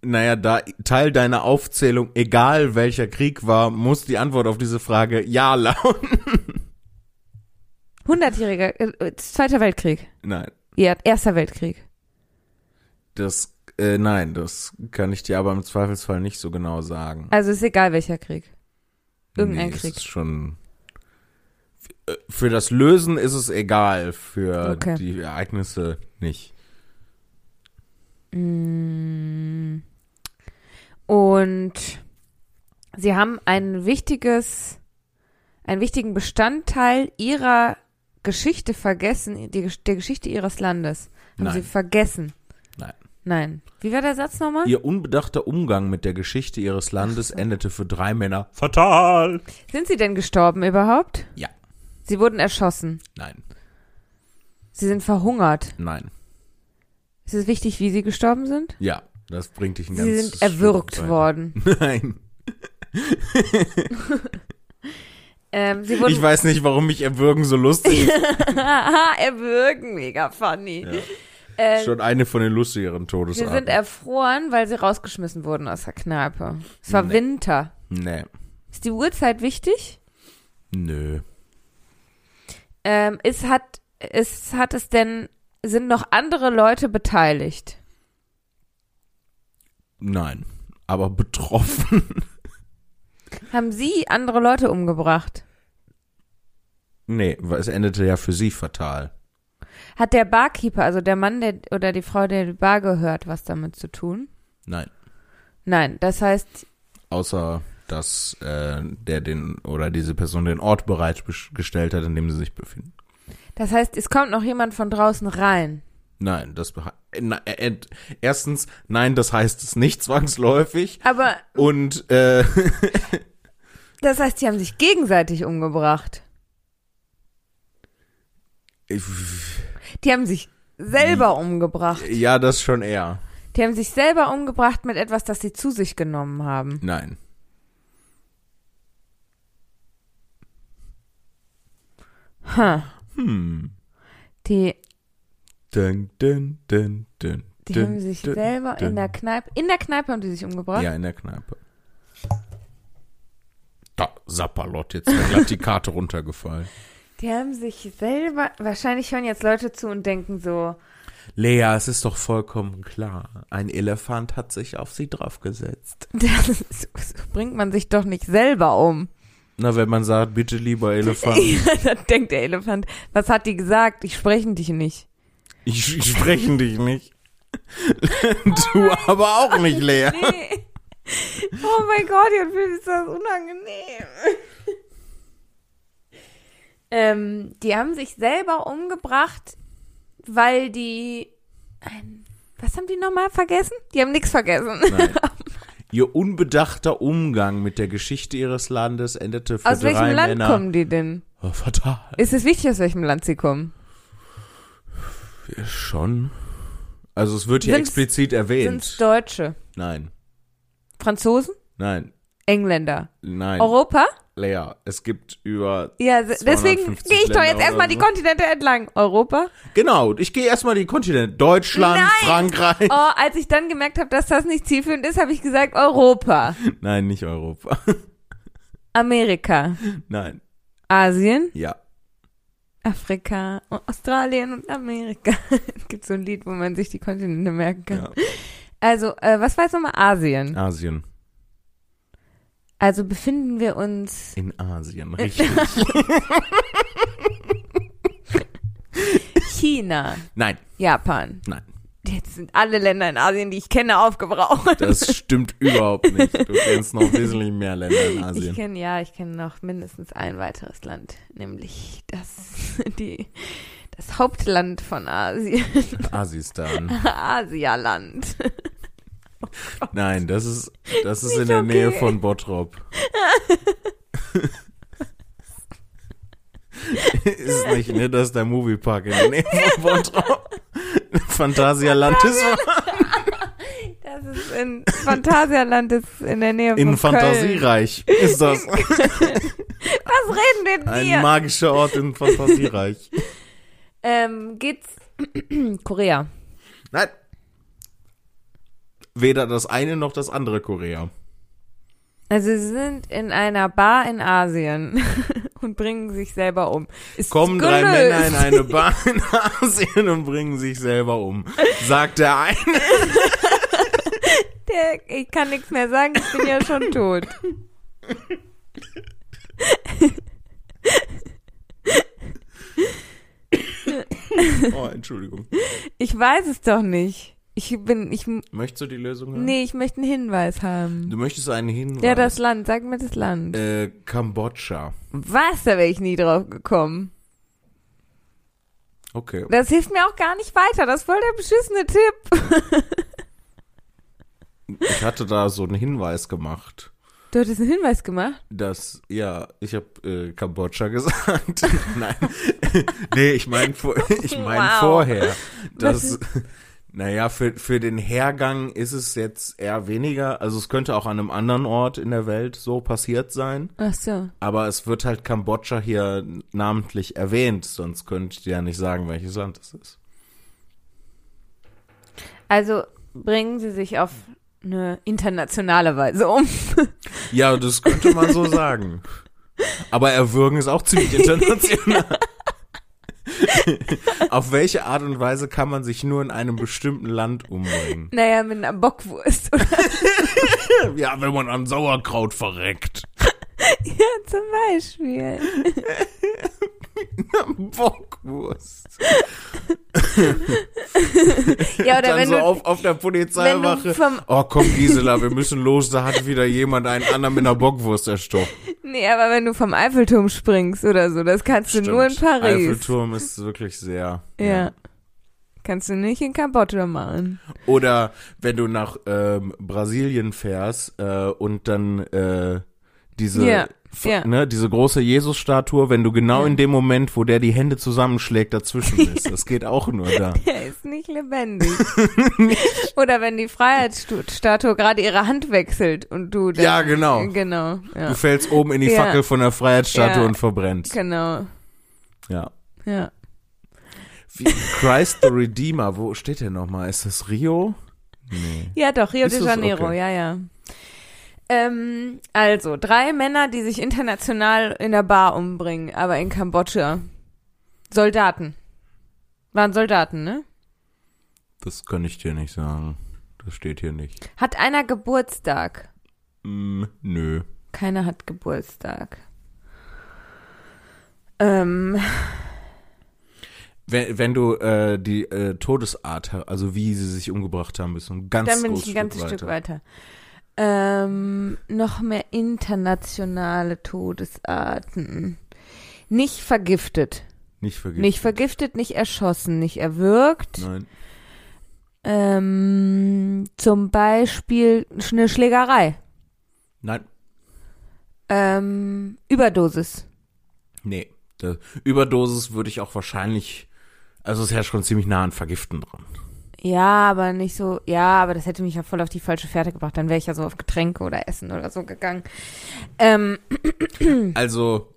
[SPEAKER 2] Naja, da Teil deiner Aufzählung, egal welcher Krieg war, muss die Antwort auf diese Frage ja lauten.
[SPEAKER 1] 100-jähriger, äh, äh, Zweiter Weltkrieg.
[SPEAKER 2] Nein,
[SPEAKER 1] Ja, Erster Weltkrieg.
[SPEAKER 2] das, äh, nein, das kann ich dir aber im Zweifelsfall nicht so genau sagen.
[SPEAKER 1] Also ist egal welcher Krieg. Irgendein
[SPEAKER 2] nee,
[SPEAKER 1] Krieg.
[SPEAKER 2] Es ist schon. Äh, Für das Lösen ist es egal, für
[SPEAKER 1] Okay.
[SPEAKER 2] die Ereignisse nicht.
[SPEAKER 1] Mm. Und sie haben ein wichtiges, einen wichtigen Bestandteil ihrer Geschichte vergessen, die, Gesch- der Geschichte ihres Landes. Haben
[SPEAKER 2] Nein.
[SPEAKER 1] sie vergessen.
[SPEAKER 2] Nein.
[SPEAKER 1] Nein. Wie war der Satz nochmal?
[SPEAKER 2] Ihr unbedachter Umgang mit der Geschichte ihres Landes endete für drei Männer.
[SPEAKER 3] Fatal.
[SPEAKER 1] Sind sie denn gestorben überhaupt?
[SPEAKER 2] Ja.
[SPEAKER 1] Sie wurden erschossen.
[SPEAKER 2] Nein,
[SPEAKER 1] Sie sind verhungert.
[SPEAKER 2] nein.
[SPEAKER 1] Ist es wichtig, wie sie gestorben sind?
[SPEAKER 2] Ja, das bringt dich ein
[SPEAKER 1] Sie
[SPEAKER 2] ganzes
[SPEAKER 1] sind erwürgt
[SPEAKER 2] Stück weiter.
[SPEAKER 1] worden.
[SPEAKER 2] Nein.
[SPEAKER 1] Ähm, sie wurden
[SPEAKER 2] Ich weiß nicht, warum mich erwürgen so lustig ist.
[SPEAKER 1] Haha, erwürgen, mega funny. Äh,
[SPEAKER 2] Schon eine von den lustigeren
[SPEAKER 1] Sie
[SPEAKER 2] Todesarten.
[SPEAKER 1] sind erfroren, weil sie rausgeschmissen wurden aus der Kneipe. Es war
[SPEAKER 2] Nee.
[SPEAKER 1] Winter.
[SPEAKER 2] nee.
[SPEAKER 1] Ist die Uhrzeit wichtig?
[SPEAKER 2] Nö.
[SPEAKER 1] Ähm, ist, hat, ist, hat es denn, sind noch andere Leute beteiligt?
[SPEAKER 2] Nein. Aber betroffen.
[SPEAKER 1] Haben sie andere Leute umgebracht?
[SPEAKER 2] nee, weil es endete ja für sie fatal.
[SPEAKER 1] Hat der Barkeeper, also der Mann der, oder die Frau, der die Bar gehört, was damit zu tun?
[SPEAKER 2] Nein.
[SPEAKER 1] Nein, das heißt,
[SPEAKER 2] Außer, dass äh, der den oder diese Person den Ort bereitgestellt hat, in dem sie sich befinden.
[SPEAKER 1] das heißt, es kommt noch jemand von draußen rein.
[SPEAKER 2] Nein, das beha- äh, na, äh, äh, erstens, nein, das heißt es nicht zwangsläufig.
[SPEAKER 1] Aber
[SPEAKER 2] Und äh,
[SPEAKER 1] das heißt, sie haben sich gegenseitig umgebracht.
[SPEAKER 2] ich-
[SPEAKER 1] Die haben sich selber umgebracht.
[SPEAKER 2] ja, das schon eher.
[SPEAKER 1] Die haben sich selber umgebracht mit etwas, das sie zu sich genommen haben.
[SPEAKER 2] Nein.
[SPEAKER 1] Ha.
[SPEAKER 2] Hm.
[SPEAKER 1] Die,
[SPEAKER 2] Dun, dun, dun, dun,
[SPEAKER 1] die
[SPEAKER 2] dun,
[SPEAKER 1] haben sich
[SPEAKER 2] dun,
[SPEAKER 1] selber in
[SPEAKER 2] dun.
[SPEAKER 1] der Kneipe, in der Kneipe haben die sich umgebracht.
[SPEAKER 2] Ja, in der Kneipe. Da, Sapperlot, jetzt ist gleich die Karte runtergefallen.
[SPEAKER 1] Die haben sich selber, wahrscheinlich hören jetzt Leute zu und denken so,
[SPEAKER 2] Lea, es ist doch vollkommen klar. Ein Elefant hat sich auf sie draufgesetzt.
[SPEAKER 1] das ist, so bringt man sich doch nicht selber um.
[SPEAKER 2] Na, wenn man sagt, bitte lieber Elefant,
[SPEAKER 1] Ja, dann denkt der Elefant, was hat die gesagt? Ich spreche dich nicht.
[SPEAKER 2] ich, ich spreche dich nicht. Du aber auch nicht, Lea.
[SPEAKER 1] Nee. Oh mein Gott, Jan Philipp, ist das unangenehm. ähm, die haben sich selber umgebracht, weil die. Ein, was haben die nochmal vergessen? Die haben nichts vergessen.
[SPEAKER 2] Nein. Ihr unbedachter Umgang mit der Geschichte ihres Landes endete für
[SPEAKER 1] Aus
[SPEAKER 2] drei
[SPEAKER 1] welchem Land
[SPEAKER 2] Männer
[SPEAKER 1] kommen die denn?
[SPEAKER 2] Oh, fatal.
[SPEAKER 1] Ist es wichtig, aus welchem Land sie kommen?
[SPEAKER 2] Ja, Schon. Also es wird hier
[SPEAKER 1] Sind's-
[SPEAKER 2] explizit
[SPEAKER 1] Sind es
[SPEAKER 2] erwähnt.
[SPEAKER 1] Deutsche?
[SPEAKER 2] Nein,
[SPEAKER 1] Franzosen?
[SPEAKER 2] nein,
[SPEAKER 1] Engländer?
[SPEAKER 2] nein.
[SPEAKER 1] Europa?
[SPEAKER 2] Lea, es gibt über
[SPEAKER 1] Ja, se- deswegen
[SPEAKER 2] 250
[SPEAKER 1] gehe ich doch
[SPEAKER 2] Länder
[SPEAKER 1] jetzt
[SPEAKER 2] oder
[SPEAKER 1] erstmal die
[SPEAKER 2] so.
[SPEAKER 1] Kontinente entlang. Europa?
[SPEAKER 2] Genau, ich gehe erstmal die Kontinente. Deutschland,
[SPEAKER 1] Nein!
[SPEAKER 2] Frankreich.
[SPEAKER 1] Oh, als ich dann gemerkt habe, dass das nicht zielführend ist, habe ich gesagt Europa,
[SPEAKER 2] Nein, nicht Europa.
[SPEAKER 1] Amerika,
[SPEAKER 2] Nein,
[SPEAKER 1] Asien,
[SPEAKER 2] ja.
[SPEAKER 1] Afrika, O- Australien und Amerika. es gibt so ein Lied, wo man sich die Kontinente merken kann.
[SPEAKER 2] ja.
[SPEAKER 1] Also, äh, was war jetzt nochmal Asien?
[SPEAKER 2] Asien.
[SPEAKER 1] Also befinden wir uns
[SPEAKER 2] In Asien, richtig.
[SPEAKER 1] China,
[SPEAKER 2] Nein,
[SPEAKER 1] Japan.
[SPEAKER 2] nein.
[SPEAKER 1] Jetzt sind alle Länder in Asien, die ich kenne, aufgebraucht.
[SPEAKER 2] Das stimmt überhaupt nicht. Du kennst noch wesentlich mehr Länder in
[SPEAKER 1] Ich
[SPEAKER 2] Asien.
[SPEAKER 1] kenne ja, ich kenne noch mindestens ein weiteres Land, nämlich das die das Hauptland von Asien,
[SPEAKER 2] Asistan.
[SPEAKER 1] Asialand.
[SPEAKER 2] Nein, das ist, das ist
[SPEAKER 1] Nicht
[SPEAKER 2] in der Nähe
[SPEAKER 1] okay.
[SPEAKER 2] von Bottrop. ist nicht, ne? Das ist der Moviepark in der Nähe von Bottrop. Phantasialand ist
[SPEAKER 1] Das ist in Phantasialand ist in der Nähe
[SPEAKER 2] in
[SPEAKER 1] von Köln.
[SPEAKER 2] Fantasiereich. Ist das
[SPEAKER 1] Was reden denn
[SPEAKER 2] ein
[SPEAKER 1] wir?
[SPEAKER 2] magischer Ort in Fantasiereich?
[SPEAKER 1] Ähm, geht's Korea.
[SPEAKER 2] Nein. Weder das eine noch das andere Korea.
[SPEAKER 1] Also sie sind in einer Bar in Asien und bringen sich selber um. Ist
[SPEAKER 2] Kommen drei
[SPEAKER 1] gelöst.
[SPEAKER 2] Männer in eine Bar in Asien und bringen sich selber um. Sagt der eine.
[SPEAKER 1] Der, ich kann nichts mehr sagen, ich bin ja schon tot.
[SPEAKER 2] Oh, Entschuldigung.
[SPEAKER 1] Ich weiß es doch nicht. Ich bin, ich,
[SPEAKER 2] Möchtest du die Lösung haben?
[SPEAKER 1] nee, ich möchte einen Hinweis haben.
[SPEAKER 2] Du möchtest einen Hinweis.
[SPEAKER 1] Ja, das Land, sag mir das Land.
[SPEAKER 2] Äh, Kambodscha.
[SPEAKER 1] Was, da wäre ich nie drauf gekommen.
[SPEAKER 2] Okay.
[SPEAKER 1] Das hilft mir auch gar nicht weiter, das ist voll der beschissene Tipp.
[SPEAKER 2] Ich hatte da so einen Hinweis gemacht,
[SPEAKER 1] Du hattest einen Hinweis gemacht?
[SPEAKER 2] dass, ja, ich habe äh, Kambodscha gesagt. Nein. nee, ich meine vor, ich mein
[SPEAKER 1] Wow.
[SPEAKER 2] vorher. Dass, naja, für, für den Hergang ist es jetzt eher weniger. Also es könnte auch an einem anderen Ort in der Welt so passiert sein.
[SPEAKER 1] Ach so.
[SPEAKER 2] Aber es wird halt Kambodscha hier namentlich erwähnt, sonst könnte ich dir ja nicht sagen, welches Land es ist.
[SPEAKER 1] Also bringen sie sich auf eine internationale Weise um.
[SPEAKER 2] Ja, das könnte man so sagen. Aber erwürgen ist auch ziemlich international. Auf welche Art und Weise kann man sich nur in einem bestimmten Land umbringen?
[SPEAKER 1] Naja, mit einer Bockwurst oder
[SPEAKER 2] Ja, wenn man an Sauerkraut verreckt.
[SPEAKER 1] zum Beispiel.
[SPEAKER 2] Bockwurst.
[SPEAKER 1] Ja, oder
[SPEAKER 2] Dann
[SPEAKER 1] wenn
[SPEAKER 2] so
[SPEAKER 1] du,
[SPEAKER 2] auf, auf der
[SPEAKER 1] wenn du
[SPEAKER 2] Polizeiwache.
[SPEAKER 1] vom-
[SPEAKER 2] Oh, komm Gisela, wir müssen los. Da hat wieder jemand einen anderen mit einer Bockwurst erstochen.
[SPEAKER 1] nee, aber wenn du vom Eiffelturm springst oder so, das kannst du nur in
[SPEAKER 2] Stimmt.
[SPEAKER 1] Paris.
[SPEAKER 2] Eiffelturm ist wirklich sehr.
[SPEAKER 1] Ja. Kannst du nicht in Kambodscha machen.
[SPEAKER 2] Oder wenn du nach ähm, Brasilien fährst äh, und dann äh, diese,
[SPEAKER 1] Ja,
[SPEAKER 2] f-
[SPEAKER 1] ja.
[SPEAKER 2] Ne, diese große Jesus-Statue, wenn du genau
[SPEAKER 1] Ja.
[SPEAKER 2] in dem Moment, wo der die Hände zusammenschlägt, dazwischen bist. Das geht auch nur da.
[SPEAKER 1] Der ist nicht lebendig. Oder wenn die Freiheitsstatue gerade ihre Hand wechselt und du dann,
[SPEAKER 2] Ja, genau.
[SPEAKER 1] Genau. Ja.
[SPEAKER 2] Du fällst oben in die
[SPEAKER 1] Ja.
[SPEAKER 2] Fackel von der Freiheitsstatue
[SPEAKER 1] Ja.
[SPEAKER 2] und verbrennst.
[SPEAKER 1] Genau.
[SPEAKER 2] Ja.
[SPEAKER 1] Ja.
[SPEAKER 2] Wie Christ the Redeemer, wo steht der nochmal? Ist das Rio? Nee.
[SPEAKER 1] Ja, doch, Rio
[SPEAKER 2] Ist
[SPEAKER 1] de
[SPEAKER 2] es
[SPEAKER 1] Janeiro,
[SPEAKER 2] okay?
[SPEAKER 1] ja, ja. Ähm, also, drei Männer, die sich international in der Bar umbringen, aber in Kambodscha. Soldaten. Waren Soldaten, ne?
[SPEAKER 2] Das kann ich dir nicht sagen. Das steht hier nicht.
[SPEAKER 1] Hat einer Geburtstag?
[SPEAKER 2] Mm, nö.
[SPEAKER 1] Keiner hat Geburtstag. Ähm,
[SPEAKER 2] Wenn, wenn du äh, die äh, Todesart, also wie sie sich umgebracht haben, bist du ein ganz
[SPEAKER 1] dann bin
[SPEAKER 2] großes
[SPEAKER 1] ich ein ganzes
[SPEAKER 2] Stück
[SPEAKER 1] Stück weiter. ähm, noch mehr internationale Todesarten. Nicht vergiftet.
[SPEAKER 2] Nicht vergiftet.
[SPEAKER 1] Nicht vergiftet, nicht erschossen, nicht erwürgt.
[SPEAKER 2] Nein.
[SPEAKER 1] Ähm, zum Beispiel eine Schlägerei.
[SPEAKER 2] Nein.
[SPEAKER 1] Ähm, Überdosis.
[SPEAKER 2] Nee. Da, Überdosis würde ich auch wahrscheinlich, also es ist ja schon ziemlich nah an Vergiften dran.
[SPEAKER 1] Ja, aber nicht so. Ja, aber das hätte mich ja voll auf die falsche Fährte gebracht. Dann wäre ich ja so auf Getränke oder Essen oder so gegangen. Ähm,
[SPEAKER 2] Also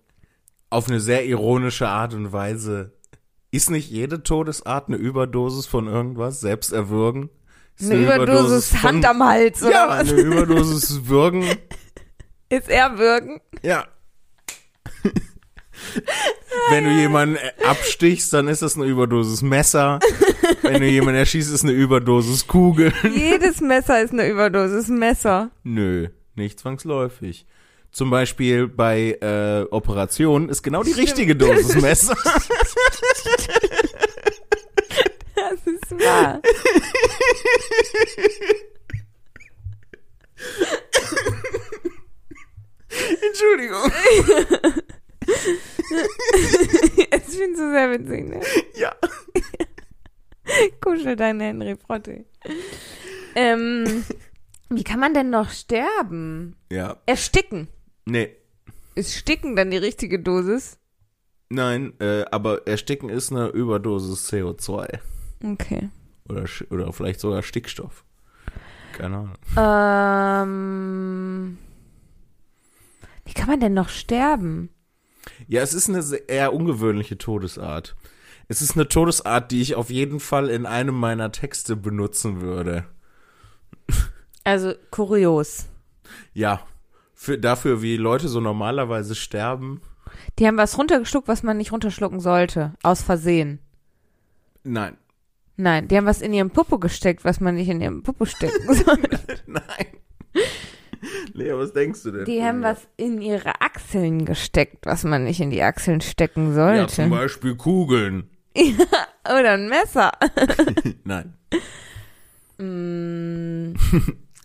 [SPEAKER 2] auf eine sehr ironische Art und Weise ist nicht jede Todesart eine Überdosis von irgendwas, selbst erwürgen. Ist
[SPEAKER 1] eine Überdosis,
[SPEAKER 2] von-
[SPEAKER 1] Hand am Hals oder
[SPEAKER 2] Ja,
[SPEAKER 1] was?
[SPEAKER 2] eine Überdosis würgen.
[SPEAKER 1] Ist erwürgen.
[SPEAKER 2] Ja. Wenn du jemanden abstichst, dann ist das eine Überdosis Messer. Wenn du jemanden erschießt, ist eine Überdosis Kugel.
[SPEAKER 1] Jedes Messer ist eine Überdosis Messer.
[SPEAKER 2] Nö, nicht zwangsläufig. Zum Beispiel bei äh, Operationen ist genau die richtige Dosis Messer.
[SPEAKER 1] Das ist wahr.
[SPEAKER 2] Entschuldigung.
[SPEAKER 1] Jetzt bin ich so sehr witzig, ne?
[SPEAKER 2] Ja.
[SPEAKER 1] Kuschel deine Henry Frotte. Ähm, wie kann man denn noch sterben?
[SPEAKER 2] Ja.
[SPEAKER 1] Ersticken.
[SPEAKER 2] Nee.
[SPEAKER 1] Ist Sticken dann die richtige Dosis?
[SPEAKER 2] Nein, äh, aber Ersticken ist eine Überdosis CO2.
[SPEAKER 1] Okay.
[SPEAKER 2] Oder, Sch- oder vielleicht sogar Stickstoff. Keine Ahnung.
[SPEAKER 1] Ähm, wie kann man denn noch sterben?
[SPEAKER 2] Ja, es ist eine sehr- eher ungewöhnliche Todesart. Es ist eine Todesart, die ich auf jeden Fall in einem meiner Texte benutzen würde.
[SPEAKER 1] Also kurios.
[SPEAKER 2] Ja, für, dafür, wie Leute so normalerweise sterben.
[SPEAKER 1] Die haben was runtergeschluckt, was man nicht runterschlucken sollte. Aus Versehen.
[SPEAKER 2] Nein,
[SPEAKER 1] Nein, die haben was in ihrem Popo gesteckt, was man nicht in ihrem Popo stecken soll.
[SPEAKER 2] nein. Lea, was denkst du denn?
[SPEAKER 1] Die haben was in ihre Achseln gesteckt, was man nicht in die Achseln stecken
[SPEAKER 2] Ja,
[SPEAKER 1] sollte.
[SPEAKER 2] zum Beispiel Kugeln.
[SPEAKER 1] Oder ein Messer.
[SPEAKER 2] Nein,
[SPEAKER 1] Mm,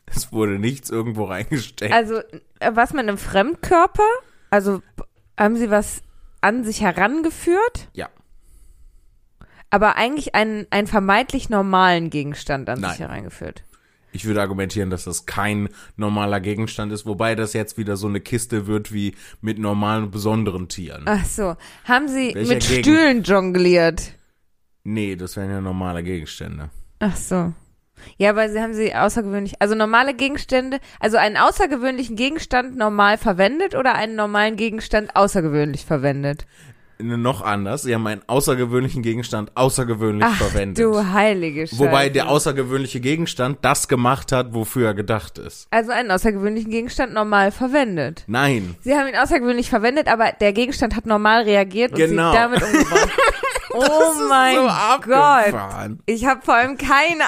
[SPEAKER 2] es wurde nichts irgendwo reingesteckt.
[SPEAKER 1] also, äh, was man im Fremdkörper? Also, b- haben sie was an sich herangeführt?
[SPEAKER 2] Ja.
[SPEAKER 1] Aber eigentlich einen, einen vermeintlich normalen Gegenstand an
[SPEAKER 2] Nein.
[SPEAKER 1] sich herangeführt.
[SPEAKER 2] Ich würde argumentieren, dass das kein normaler Gegenstand ist, wobei das jetzt wieder so eine Kiste wird wie mit normalen und besonderen Tieren.
[SPEAKER 1] Ach so. Haben sie
[SPEAKER 2] Welcher
[SPEAKER 1] mit
[SPEAKER 2] Gegen-
[SPEAKER 1] Stühlen jongliert?
[SPEAKER 2] Nee, das wären ja normale Gegenstände.
[SPEAKER 1] Ach so. Ja, weil sie haben sie außergewöhnlich, also normale Gegenstände, also einen außergewöhnlichen Gegenstand normal verwendet oder einen normalen Gegenstand außergewöhnlich verwendet?
[SPEAKER 2] Ne, Noch anders, sie haben einen außergewöhnlichen Gegenstand außergewöhnlich
[SPEAKER 1] Ach
[SPEAKER 2] verwendet.
[SPEAKER 1] du heilige Scheiße.
[SPEAKER 2] Wobei der außergewöhnliche Gegenstand das gemacht hat, wofür er gedacht ist.
[SPEAKER 1] also einen außergewöhnlichen Gegenstand normal verwendet.
[SPEAKER 2] Nein,
[SPEAKER 1] Sie haben ihn außergewöhnlich verwendet, aber der Gegenstand hat normal reagiert und
[SPEAKER 2] Genau.
[SPEAKER 1] sie damit umgebracht. oh mein Gott.
[SPEAKER 2] abgefahren.
[SPEAKER 1] Ich habe vor allem keine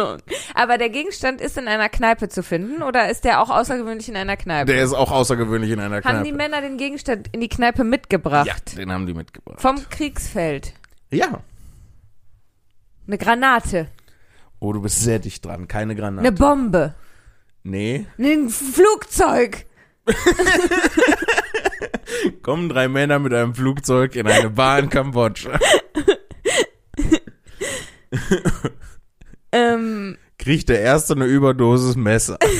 [SPEAKER 1] Ahnung. Aber der Gegenstand ist in einer Kneipe zu finden oder ist der auch außergewöhnlich in einer Kneipe?
[SPEAKER 2] Der ist auch außergewöhnlich in einer
[SPEAKER 1] Haben
[SPEAKER 2] Kneipe.
[SPEAKER 1] die Männer den Gegenstand in die Kneipe mitgebracht?
[SPEAKER 2] ja, den haben die mitgebracht.
[SPEAKER 1] Vom Kriegsfeld.
[SPEAKER 2] ja.
[SPEAKER 1] Eine Granate.
[SPEAKER 2] Oh, du bist sehr dicht dran. Keine Granate.
[SPEAKER 1] Eine Bombe.
[SPEAKER 2] nee.
[SPEAKER 1] Ein Flugzeug.
[SPEAKER 2] Kommen drei Männer mit einem Flugzeug in eine Bar in Kambodscha.
[SPEAKER 1] Ähm,
[SPEAKER 2] Kriegt der erste eine Überdosis Messer.
[SPEAKER 1] also,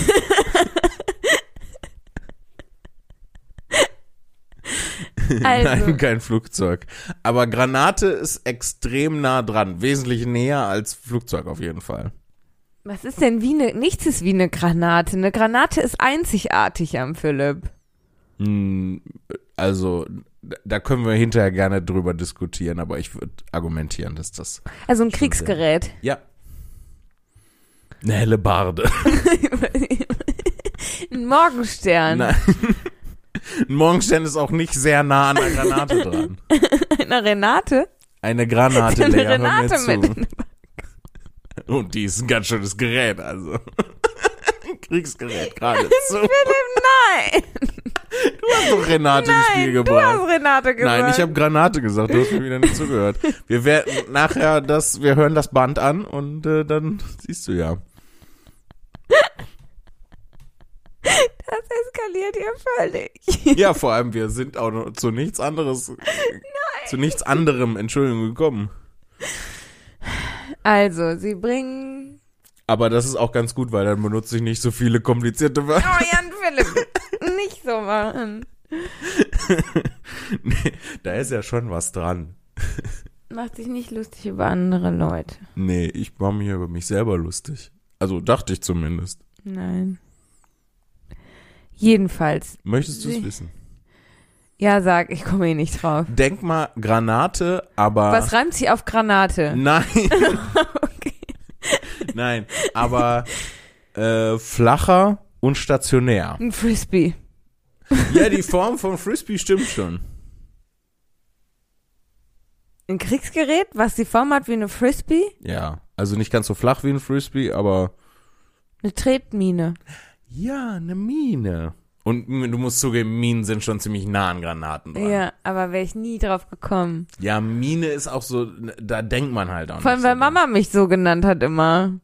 [SPEAKER 1] also,
[SPEAKER 2] Nein, kein Flugzeug. Aber Granate ist extrem nah dran. Wesentlich näher als Flugzeug auf jeden Fall.
[SPEAKER 1] was ist denn wie eine, nichts ist wie eine Granate. Eine Granate ist einzigartig am Philipp.
[SPEAKER 2] Hm, Also, da- da können wir hinterher gerne drüber diskutieren, aber ich würde argumentieren, dass das.
[SPEAKER 1] Also ein Kriegsgerät.
[SPEAKER 2] Ja. Eine helle Barde.
[SPEAKER 1] ein Morgenstern.
[SPEAKER 2] Nein. Ein Morgenstern ist auch nicht sehr nah an einer Granate dran.
[SPEAKER 1] Eine Renate.
[SPEAKER 2] Eine Granate
[SPEAKER 1] Eine
[SPEAKER 2] leer, hör mir
[SPEAKER 1] Renate
[SPEAKER 2] zu.
[SPEAKER 1] mit.
[SPEAKER 2] Und die ist ein ganz schönes Gerät, also. Ein Kriegsgerät gerade zu.
[SPEAKER 1] Philipp, nein.
[SPEAKER 2] Du hast doch Renate ins Spiel
[SPEAKER 1] Nein, du
[SPEAKER 2] gebracht.
[SPEAKER 1] hast Renate gesagt.
[SPEAKER 2] Nein, ich habe Granate gesagt, du hast mir wieder nicht zugehört. Wir werden nachher das, wir hören das Band an und äh, dann siehst du ja.
[SPEAKER 1] fehlt ihr völlig.
[SPEAKER 2] Ja, vor allem, wir sind auch noch zu nichts anderes, zu nichts anderem, Entschuldigung, gekommen.
[SPEAKER 1] Also, sie bringen
[SPEAKER 2] Aber das ist auch ganz gut, weil dann benutze ich nicht so viele komplizierte Wörter.
[SPEAKER 1] Florian Philipp nicht so machen.
[SPEAKER 2] Nee, da ist ja schon was dran.
[SPEAKER 1] Macht sich nicht lustig über andere Leute.
[SPEAKER 2] Nee, ich mache mich über mich selber lustig. Also dachte ich zumindest.
[SPEAKER 1] Nein. Jedenfalls.
[SPEAKER 2] Möchtest du es
[SPEAKER 1] Nee.
[SPEAKER 2] wissen?
[SPEAKER 1] Ja, sag, ich komme eh nicht drauf.
[SPEAKER 2] Denk mal Granate, aber
[SPEAKER 1] Was reimt sich auf Granate?
[SPEAKER 2] nein,
[SPEAKER 1] Okay.
[SPEAKER 2] nein, aber äh, flacher und stationär.
[SPEAKER 1] Ein Frisbee.
[SPEAKER 2] Ja, die Form von Frisbee stimmt schon.
[SPEAKER 1] Ein Kriegsgerät, was die Form hat wie eine Frisbee?
[SPEAKER 2] Ja, also nicht ganz so flach wie ein Frisbee, aber
[SPEAKER 1] Eine Tretmine.
[SPEAKER 2] ja, eine Mine. Und m- du musst zugeben, Minen sind schon ziemlich nah an Granaten dran.
[SPEAKER 1] Ja, aber wäre ich nie drauf gekommen.
[SPEAKER 2] Ja, Mine ist auch so, da denkt man halt auch
[SPEAKER 1] Vor allem,
[SPEAKER 2] nicht so
[SPEAKER 1] weil Mama mich so genannt hat immer.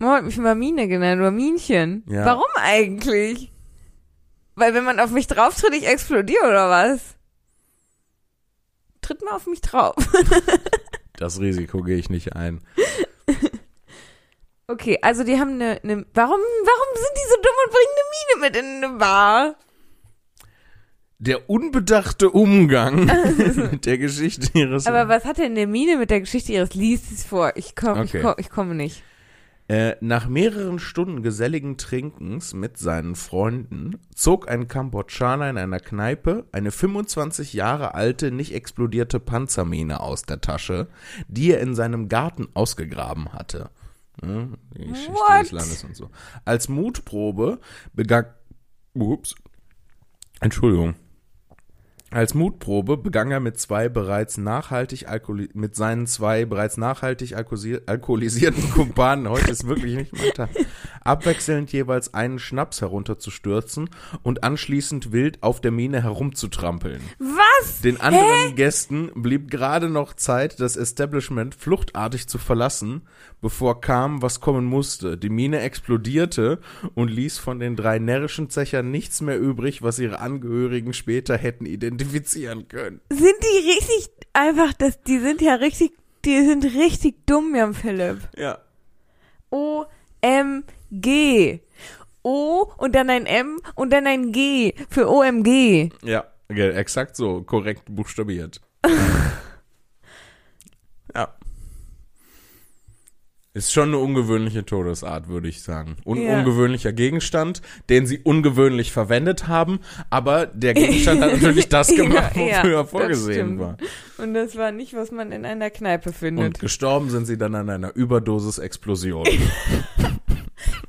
[SPEAKER 1] Mama hat mich immer Mine genannt oder Minchen.
[SPEAKER 2] Ja.
[SPEAKER 1] Warum eigentlich? Weil wenn man auf mich drauf tritt, ich explodiere oder was? Tritt mal auf mich drauf.
[SPEAKER 2] Das Risiko gehe ich nicht ein.
[SPEAKER 1] Okay, also die haben eine, eine warum, warum sind die so dumm und bringen eine Mine mit in eine Bar?
[SPEAKER 2] Der unbedachte Umgang mit der Geschichte ihres.
[SPEAKER 1] Aber was hat denn eine Mine mit der Geschichte ihres Lieses vor? Ich komme,
[SPEAKER 2] Okay.
[SPEAKER 1] ich komme, ich komme nicht.
[SPEAKER 2] Äh, nach mehreren Stunden geselligen Trinkens mit seinen Freunden zog ein Kambodschaner in einer Kneipe eine 25 Jahre alte, nicht explodierte Panzermine aus der Tasche, die er in seinem Garten ausgegraben hatte. Hm, die Geschichte des
[SPEAKER 1] What?
[SPEAKER 2] Landes und so. Als Mutprobe begann. Ups. Entschuldigung. Als Mutprobe begann er mit zwei bereits nachhaltig alkoholi mit seinen zwei bereits nachhaltig alkosi- alkoholisierten Kumpanen, heute ist wirklich nicht mein Tag, abwechselnd jeweils einen Schnaps herunterzustürzen und anschließend wild auf der Mine herumzutrampeln.
[SPEAKER 1] Was?
[SPEAKER 2] Den anderen Gästen blieb gerade noch Zeit, das Establishment fluchtartig zu verlassen, bevor kam, was kommen musste. Die Mine explodierte und ließ von den drei närrischen Zechern nichts mehr übrig, was ihre Angehörigen später hätten identifizieren können.
[SPEAKER 1] Sind die richtig einfach, das, die sind ja richtig, die sind richtig dumm, Jan Philipp.
[SPEAKER 2] Ja.
[SPEAKER 1] O-M-G. O und dann ein M und dann ein G für OMG.
[SPEAKER 2] Ja, ge- exakt so, korrekt buchstabiert. ja. Ist schon eine ungewöhnliche Todesart, würde ich sagen. Und
[SPEAKER 1] Ja.
[SPEAKER 2] ungewöhnlicher Gegenstand, den sie ungewöhnlich verwendet haben, aber der Gegenstand hat natürlich das gemacht,
[SPEAKER 1] Ja, ja,
[SPEAKER 2] wofür er
[SPEAKER 1] das
[SPEAKER 2] vorgesehen
[SPEAKER 1] stimmt.
[SPEAKER 2] war.
[SPEAKER 1] Und das war nicht, was man in einer Kneipe
[SPEAKER 2] Und
[SPEAKER 1] findet.
[SPEAKER 2] gestorben sind sie dann an einer Überdosis-Explosion.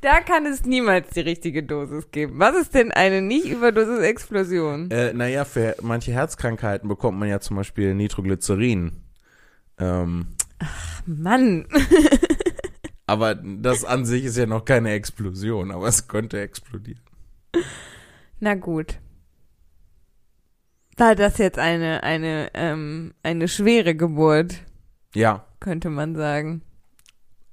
[SPEAKER 1] da kann es niemals die richtige Dosis geben. Was ist denn eine Nicht-Überdosis-Explosion?
[SPEAKER 2] äh, naja, für manche Herzkrankheiten bekommt man ja zum Beispiel Nitroglycerin. Ähm,
[SPEAKER 1] Mann.
[SPEAKER 2] Aber das an sich ist ja noch keine Explosion, aber es könnte explodieren.
[SPEAKER 1] Na gut. War das jetzt eine, eine, ähm, eine schwere Geburt,
[SPEAKER 2] Ja.
[SPEAKER 1] könnte man sagen.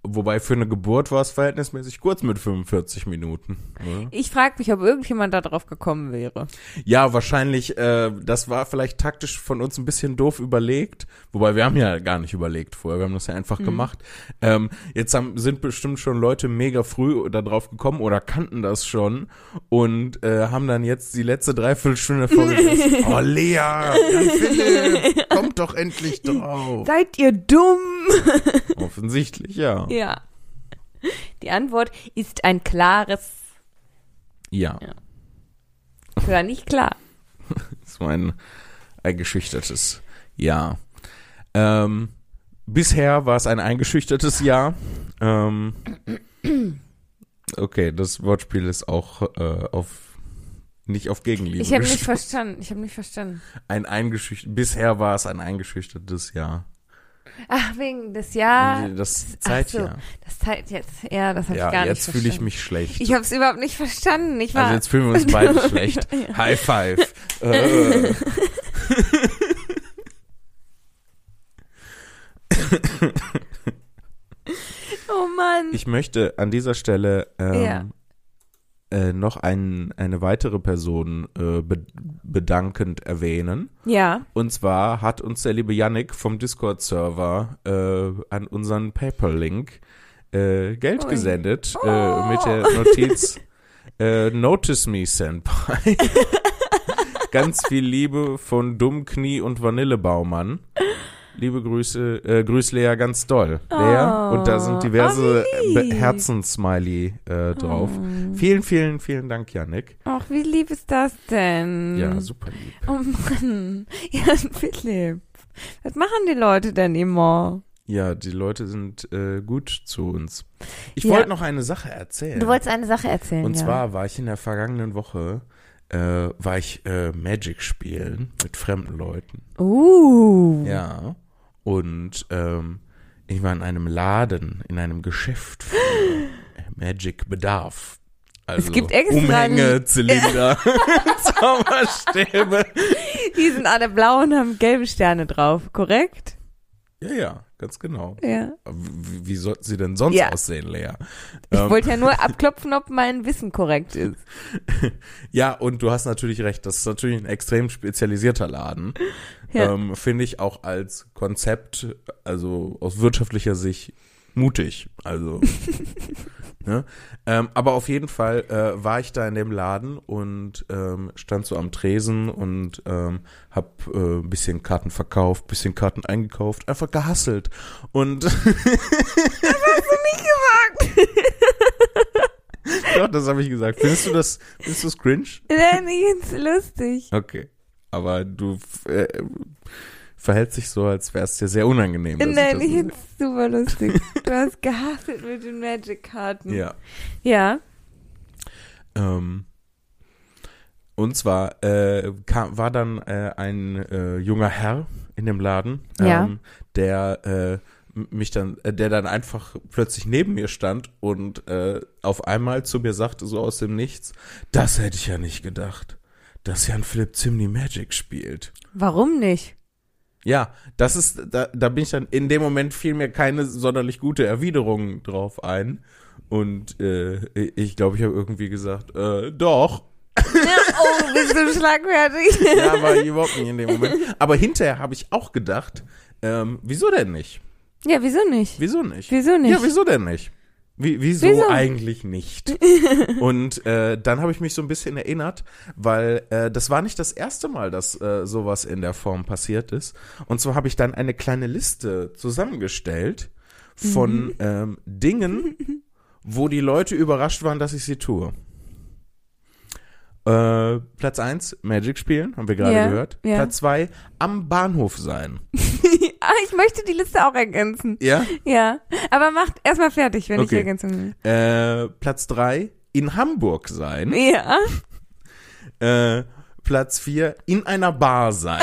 [SPEAKER 2] Wobei für eine Geburt war es verhältnismäßig kurz mit 45 Minuten. oder?
[SPEAKER 1] Ich frage mich, ob irgendjemand da drauf gekommen wäre.
[SPEAKER 2] Ja, wahrscheinlich, äh, das war vielleicht taktisch von uns ein bisschen doof überlegt. Wobei wir haben ja gar nicht überlegt vorher, wir haben das ja einfach gemacht. Ähm, jetzt haben, sind bestimmt schon Leute mega früh da drauf gekommen oder kannten das schon und äh, haben dann jetzt die letzte Dreiviertelstunde vorgesetzt. oh Lea, Jan Philipp, kommt doch endlich drauf.
[SPEAKER 1] Seid ihr dumm?
[SPEAKER 2] Offensichtlich, ja.
[SPEAKER 1] Ja. Die Antwort ist ein klares
[SPEAKER 2] Ja,
[SPEAKER 1] oder nicht klar.
[SPEAKER 2] so ein eingeschüchtertes Ja. Ähm, bisher war es ein eingeschüchtertes Ja. Ähm, okay, das Wortspiel ist auch äh, auf nicht auf Gegenliebe.
[SPEAKER 1] Ich habe nicht
[SPEAKER 2] gestellt.
[SPEAKER 1] verstanden. Ich habe nicht verstanden.
[SPEAKER 2] ein eingeschüchtert. Bisher war es ein eingeschüchtertes Ja.
[SPEAKER 1] Ach, wegen des Jahr.
[SPEAKER 2] das
[SPEAKER 1] Ah, Ach
[SPEAKER 2] Zeitjahr.
[SPEAKER 1] so, Das Zeit jetzt. Ja, das habe ich
[SPEAKER 2] Ja,
[SPEAKER 1] gar
[SPEAKER 2] jetzt
[SPEAKER 1] nicht
[SPEAKER 2] fühle
[SPEAKER 1] verstanden.
[SPEAKER 2] ich mich schlecht.
[SPEAKER 1] Ich habe es überhaupt nicht verstanden. Ich war
[SPEAKER 2] also jetzt fühlen wir uns beide schlecht. High five. äh.
[SPEAKER 1] Oh Mann. Oh
[SPEAKER 2] Ich möchte an dieser Stelle ähm,
[SPEAKER 1] Ja.
[SPEAKER 2] äh, noch ein, eine weitere Person äh, be bedankend erwähnen.
[SPEAKER 1] Ja.
[SPEAKER 2] Und zwar hat uns der liebe Yannick vom Discord-Server äh, an unseren PayPal-Link äh, Geld
[SPEAKER 1] Ui.
[SPEAKER 2] gesendet
[SPEAKER 1] Oh.
[SPEAKER 2] äh, mit der Notiz äh, Notice Me Senpai. Ganz viel Liebe von Dummknie und Vanillebaumann. Liebe Grüße, äh, grüß Lea ganz doll. Lea,
[SPEAKER 1] Oh.
[SPEAKER 2] und da sind diverse
[SPEAKER 1] Oh, wie
[SPEAKER 2] Be-
[SPEAKER 1] lieb. Oh.
[SPEAKER 2] Herzensmiley äh, drauf. Vielen, vielen, vielen Dank, Yannick.
[SPEAKER 1] Ach, Mm. wie lieb ist das denn?
[SPEAKER 2] Ja, super lieb.
[SPEAKER 1] Oh Mann. Ja, Philipp. Was machen die Leute denn immer?
[SPEAKER 2] Ja, die Leute sind äh, gut zu uns. Ich
[SPEAKER 1] Ja.
[SPEAKER 2] wollte noch eine Sache erzählen.
[SPEAKER 1] Du wolltest eine Sache erzählen.
[SPEAKER 2] Und
[SPEAKER 1] ja.
[SPEAKER 2] zwar war ich in der vergangenen Woche, äh, war ich äh, Magic spielen mit fremden Leuten.
[SPEAKER 1] Uh.
[SPEAKER 2] Ja. Und ähm, ich war in einem Laden, in einem Geschäft für Magic Bedarf. Also
[SPEAKER 1] gibt extra-
[SPEAKER 2] Umhänge, Zylinder, Zauberstäbe.
[SPEAKER 1] Die sind alle blau und haben gelbe Sterne drauf, korrekt?
[SPEAKER 2] Ja, ja, ganz genau.
[SPEAKER 1] Ja.
[SPEAKER 2] Wie, wie sollten sie denn sonst
[SPEAKER 1] Ja.
[SPEAKER 2] aussehen, Lea?
[SPEAKER 1] Ich
[SPEAKER 2] Ähm,
[SPEAKER 1] wollte ja nur abklopfen, ob mein Wissen korrekt ist.
[SPEAKER 2] Ja, und du hast natürlich recht, das ist natürlich ein extrem spezialisierter Laden.
[SPEAKER 1] Ja.
[SPEAKER 2] Ähm, Finde ich auch als Konzept, also aus wirtschaftlicher Sicht, mutig. Also. ne? ähm, aber auf jeden Fall äh, war ich da in dem Laden und ähm, stand so am Tresen und ähm, hab äh, ein bisschen Karten verkauft, bisschen Karten eingekauft, einfach gehasselt. Und doch, das habe ich gesagt. Findest du das, findest du das cringe?
[SPEAKER 1] Nein, ich find's lustig.
[SPEAKER 2] Okay. Aber du äh, verhältst dich so, als wäre es dir sehr unangenehm. dass
[SPEAKER 1] Nein,
[SPEAKER 2] das
[SPEAKER 1] ich find's super lustig. Du hast gehasselt mit den Magic-Karten.
[SPEAKER 2] ja.
[SPEAKER 1] Ja.
[SPEAKER 2] Ähm, und zwar äh, kam, war dann äh, ein äh, junger Herr in dem Laden, ähm,
[SPEAKER 1] Ja.
[SPEAKER 2] der äh, m- mich dann, äh, der dann einfach plötzlich neben mir stand und äh, auf einmal zu mir sagte, so aus dem Nichts, das hätte ich ja nicht gedacht, dass Jan Philipp Zimni Magic spielt.
[SPEAKER 1] Warum nicht?
[SPEAKER 2] Ja, das ist, da, da bin ich dann, in dem Moment fiel mir keine sonderlich gute Erwiderung drauf ein. Und äh, ich glaube, ich habe irgendwie gesagt, äh, doch.
[SPEAKER 1] oh, bist du schlagfertig?
[SPEAKER 2] Ja, war ich überhaupt nicht in dem Moment. Aber hinterher habe ich auch gedacht, ähm, wieso denn nicht?
[SPEAKER 1] Ja, wieso nicht?
[SPEAKER 2] Wieso nicht?
[SPEAKER 1] Wieso nicht?
[SPEAKER 2] Ja, wieso denn nicht? Wie, wieso,
[SPEAKER 1] Wieso?
[SPEAKER 2] eigentlich nicht? Und äh, dann habe ich mich so ein bisschen erinnert, weil äh, das war nicht das erste Mal, dass äh, sowas in der Form passiert ist. Und zwar habe ich dann eine kleine Liste zusammengestellt
[SPEAKER 1] Mhm.
[SPEAKER 2] von ähm, Dingen, wo die Leute überrascht waren, dass ich sie tue. Äh, Platz eins Magic spielen, haben wir gerade
[SPEAKER 1] Ja,
[SPEAKER 2] gehört.
[SPEAKER 1] ja.
[SPEAKER 2] Platz zwei am Bahnhof sein.
[SPEAKER 1] ah, ich möchte die Liste auch ergänzen.
[SPEAKER 2] Ja.
[SPEAKER 1] Ja. Aber macht erstmal fertig, wenn ich
[SPEAKER 2] Okay.
[SPEAKER 1] Ergänzungen
[SPEAKER 2] Äh, Platz drei in Hamburg sein.
[SPEAKER 1] will. Ja.
[SPEAKER 2] Äh, Platz 4 in einer Bar sein.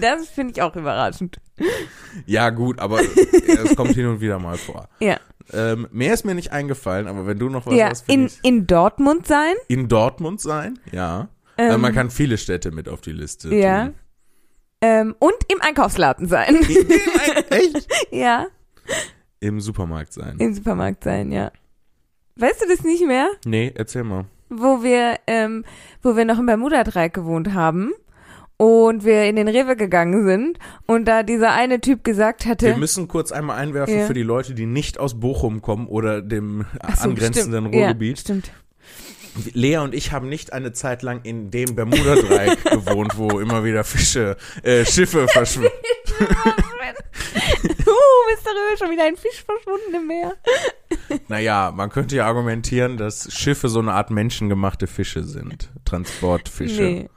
[SPEAKER 1] Das finde ich auch überraschend.
[SPEAKER 2] ja, gut, aber es kommt hin und wieder mal vor.
[SPEAKER 1] Ja.
[SPEAKER 2] Ähm, mehr ist mir nicht eingefallen, aber wenn du noch was
[SPEAKER 1] ja.
[SPEAKER 2] hast,
[SPEAKER 1] In,
[SPEAKER 2] finde ich.
[SPEAKER 1] in Dortmund sein?
[SPEAKER 2] In Dortmund sein, ja. Äh, man kann viele Städte mit auf die Liste
[SPEAKER 1] Ähm. Ja.
[SPEAKER 2] tun.
[SPEAKER 1] Ähm, und im Einkaufsladen sein.
[SPEAKER 2] In- in ein- Echt?
[SPEAKER 1] ja.
[SPEAKER 2] Im Supermarkt sein.
[SPEAKER 1] Im Supermarkt sein, ja. Weißt du das nicht mehr?
[SPEAKER 2] Nee, erzähl mal.
[SPEAKER 1] Wo wir, ähm, wo wir noch im Bermuda-Dreieck gewohnt haben und wir in den Rewe gegangen sind und da dieser eine Typ gesagt
[SPEAKER 2] Wir
[SPEAKER 1] hatte,
[SPEAKER 2] müssen kurz einmal einwerfen
[SPEAKER 1] Ja.
[SPEAKER 2] für die Leute, die nicht aus Bochum kommen oder dem
[SPEAKER 1] Ach so,
[SPEAKER 2] angrenzenden
[SPEAKER 1] stimmt. Ja,
[SPEAKER 2] Ruhrgebiet.
[SPEAKER 1] stimmt.
[SPEAKER 2] Lea und ich haben nicht eine Zeit lang in dem Bermuda-Dreieck gewohnt, wo immer wieder Fische, äh, Schiffe verschwinden.
[SPEAKER 1] uh, Mr. Röhl, schon wieder ein Fisch verschwunden im Meer.
[SPEAKER 2] Naja, man könnte ja argumentieren, dass Schiffe so eine Art menschengemachte Fische sind. Transportfische.
[SPEAKER 1] Nee.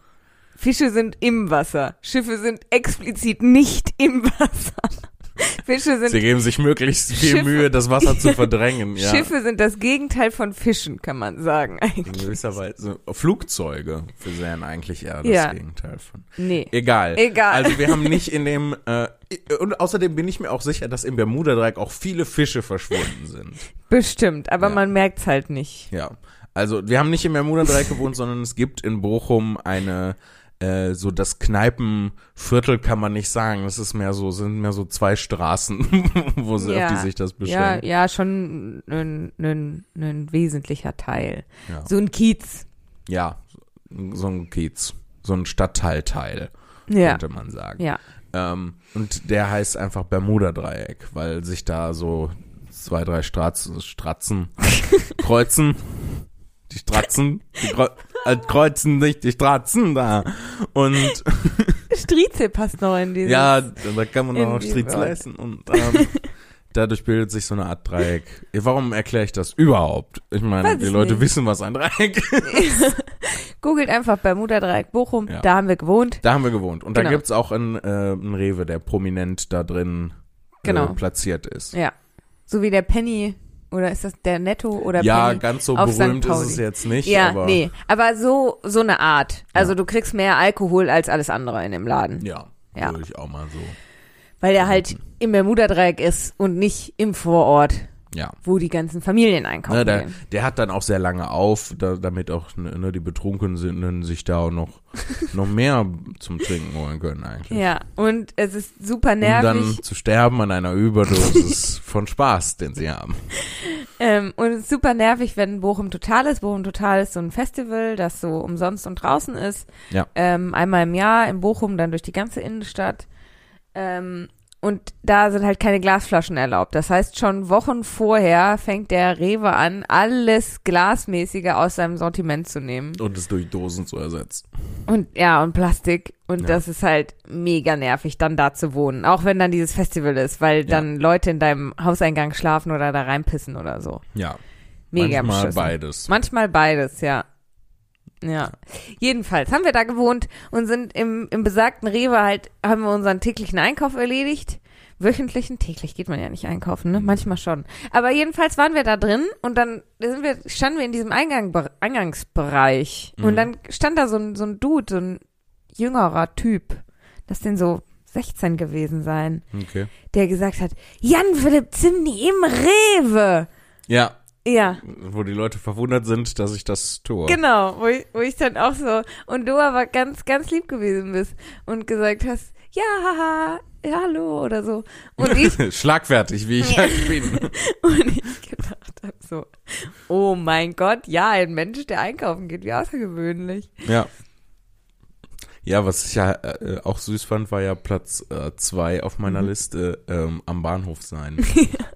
[SPEAKER 1] Fische sind im Wasser. Schiffe sind explizit nicht im Wasser. Fische sind
[SPEAKER 2] Sie geben sich möglichst viel
[SPEAKER 1] Schiffe-
[SPEAKER 2] Mühe, das Wasser zu verdrängen. Ja.
[SPEAKER 1] Schiffe sind das Gegenteil von Fischen, kann man sagen
[SPEAKER 2] In
[SPEAKER 1] eigentlich.
[SPEAKER 2] gewisser Weise. Flugzeuge wären eigentlich eher das
[SPEAKER 1] Ja.
[SPEAKER 2] Gegenteil von.
[SPEAKER 1] Nee.
[SPEAKER 2] Egal.
[SPEAKER 1] Egal.
[SPEAKER 2] Also wir haben nicht in dem äh, und außerdem bin ich mir auch sicher, dass im Bermuda-Dreieck auch viele Fische verschwunden sind.
[SPEAKER 1] Bestimmt, aber
[SPEAKER 2] Ja.
[SPEAKER 1] man merkt's halt nicht.
[SPEAKER 2] Ja. Also wir haben nicht im Bermuda-Dreieck gewohnt, sondern es gibt in Bochum eine äh, so das Kneipenviertel kann man nicht sagen. Das ist mehr so, sind mehr so zwei Straßen, wo sie,
[SPEAKER 1] Ja.
[SPEAKER 2] auf die sich das
[SPEAKER 1] Ja,
[SPEAKER 2] beschränkt.
[SPEAKER 1] ja, schon ein, ein, ein wesentlicher Teil.
[SPEAKER 2] Ja.
[SPEAKER 1] So ein Kiez.
[SPEAKER 2] Ja, so ein Kiez, so ein Stadtteilteil,
[SPEAKER 1] Ja.
[SPEAKER 2] könnte man sagen.
[SPEAKER 1] Ja.
[SPEAKER 2] Ähm, und der heißt einfach Bermuda-Dreieck, weil sich da so zwei, drei Stratzen, Stratzen kreuzen. Die Stratzen, die Kreu äh, kreuzen sich die Stratzen da. Und
[SPEAKER 1] Striezel passt noch in dieses.
[SPEAKER 2] ja, da kann man
[SPEAKER 1] In
[SPEAKER 2] auch
[SPEAKER 1] die
[SPEAKER 2] Streets
[SPEAKER 1] Welt.
[SPEAKER 2] leisten. Und ähm, dadurch bildet sich so eine Art Dreieck. Warum erkläre ich das überhaupt? Ich meine,
[SPEAKER 1] Weiß
[SPEAKER 2] die
[SPEAKER 1] ich
[SPEAKER 2] Leute
[SPEAKER 1] nicht.
[SPEAKER 2] wissen, was ein Dreieck ist.
[SPEAKER 1] Googelt einfach Bermuda Dreieck Bochum,
[SPEAKER 2] Ja.
[SPEAKER 1] da haben wir gewohnt.
[SPEAKER 2] Da haben wir gewohnt. Und da
[SPEAKER 1] Genau.
[SPEAKER 2] gibt's auch einen, äh, einen Rewe, der prominent da drin
[SPEAKER 1] Genau.
[SPEAKER 2] äh, platziert ist.
[SPEAKER 1] Ja. So wie der Penny oder ist das der Netto oder
[SPEAKER 2] Ja,
[SPEAKER 1] Penny?
[SPEAKER 2] ganz so
[SPEAKER 1] auf St.
[SPEAKER 2] berühmt ist
[SPEAKER 1] Pauli.
[SPEAKER 2] es jetzt nicht.
[SPEAKER 1] Ja,
[SPEAKER 2] aber
[SPEAKER 1] nee, aber so so eine Art. Also
[SPEAKER 2] Ja.
[SPEAKER 1] du kriegst mehr Alkohol als alles andere in dem Laden,
[SPEAKER 2] Ja,
[SPEAKER 1] Ja.
[SPEAKER 2] würde ich auch mal so.
[SPEAKER 1] weil der halt im Bermuda Dreieck ist und nicht im Vorort,
[SPEAKER 2] Ja.
[SPEAKER 1] wo die ganzen Familien einkaufen
[SPEAKER 2] Ne, der,
[SPEAKER 1] gehen.
[SPEAKER 2] der hat dann auch sehr lange auf, da, damit auch ne, die Betrunkenen ne, sich da auch noch, noch mehr zum Trinken holen können eigentlich.
[SPEAKER 1] Ja, und es ist super
[SPEAKER 2] um
[SPEAKER 1] nervig
[SPEAKER 2] dann zu sterben an einer Überdosis von Spaß, den sie haben.
[SPEAKER 1] ähm, und es ist super nervig, wenn Bochum Total ist. Bochum Total ist so ein Festival, das so umsonst und draußen ist.
[SPEAKER 2] Ja.
[SPEAKER 1] Ähm, einmal im Jahr in Bochum, dann durch die ganze Innenstadt. Ähm, und da sind halt keine Glasflaschen erlaubt. Das heißt, schon Wochen vorher fängt der Rewe an, alles Glasmäßige aus seinem Sortiment zu nehmen.
[SPEAKER 2] Und es durch Dosen zu ersetzen.
[SPEAKER 1] Und ja, und Plastik. Und
[SPEAKER 2] Ja.
[SPEAKER 1] das ist halt mega nervig, dann da zu wohnen. Auch wenn dann dieses Festival ist, weil dann Leute in deinem Hauseingang schlafen oder da reinpissen oder so.
[SPEAKER 2] Ja.
[SPEAKER 1] Mega
[SPEAKER 2] Manchmal
[SPEAKER 1] beschissen.
[SPEAKER 2] beides.
[SPEAKER 1] Manchmal beides, ja. Ja. Jedenfalls haben wir da gewohnt und sind im, im besagten Rewe halt, haben wir unseren täglichen Einkauf erledigt. Wöchentlichen, täglich geht man ja nicht einkaufen, ne? Manchmal schon. Aber jedenfalls waren wir da drin und dann sind wir, standen wir in diesem Eingang, Eingangsbereich. Und dann stand da so ein, so ein Dude, so ein jüngerer Typ. Lass den so 16 gewesen sein,
[SPEAKER 2] Okay.
[SPEAKER 1] der gesagt hat, Jan Philipp Zimni im Rewe.
[SPEAKER 2] Ja,
[SPEAKER 1] Ja.
[SPEAKER 2] wo die Leute verwundert sind, dass ich das tue.
[SPEAKER 1] Genau, wo ich, wo ich dann auch so, und du aber ganz, ganz lieb gewesen bist und gesagt hast, ja, haha, ja, hallo oder so. Und ich,
[SPEAKER 2] Schlagfertig, wie ich halt bin.
[SPEAKER 1] und ich gedacht habe so, oh mein Gott, ja, ein Mensch, der einkaufen geht, wie außergewöhnlich.
[SPEAKER 2] Ja. Ja, was ich ja äh, auch süß fand, war ja Platz 2 auf meiner Liste ähm, am Bahnhof sein.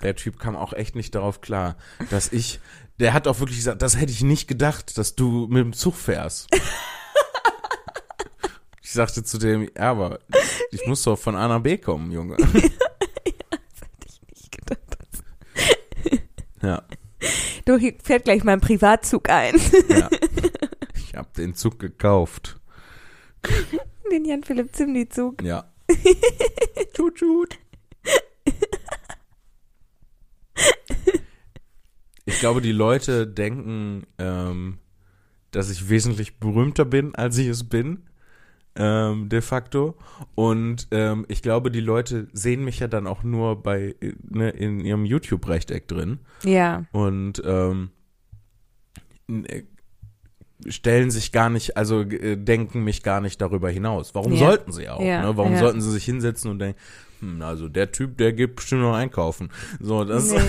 [SPEAKER 2] der Typ kam auch echt nicht darauf klar, dass ich, der hat auch wirklich gesagt, das hätte ich nicht gedacht, dass du mit dem Zug fährst. ich sagte zu dem, ja, aber ich muss doch von A nach B kommen, Junge.
[SPEAKER 1] Ich gedacht,
[SPEAKER 2] Ja,
[SPEAKER 1] du, hier fährt gleich mein Privatzug ein,
[SPEAKER 2] ja. Ich hab den Zug gekauft.
[SPEAKER 1] den Jan-Philipp Zimni-Zug.
[SPEAKER 2] Ja. Tschut, tschut. Ich glaube, die Leute denken, ähm, dass ich wesentlich berühmter bin, als ich es bin, ähm, de facto. Und ähm, ich glaube, die Leute sehen mich ja dann auch nur bei äh, ne, in ihrem YouTube-Rechteck drin
[SPEAKER 1] Ja,
[SPEAKER 2] und ähm, n- äh, stellen sich gar nicht, also äh, denken mich gar nicht darüber hinaus. Warum
[SPEAKER 1] Ja.
[SPEAKER 2] sollten sie auch?
[SPEAKER 1] Ja,
[SPEAKER 2] Ne? Warum
[SPEAKER 1] ja.
[SPEAKER 2] sollten sie sich hinsetzen und denken, hm, also der Typ, der geht bestimmt noch einkaufen. So, das,
[SPEAKER 1] nee,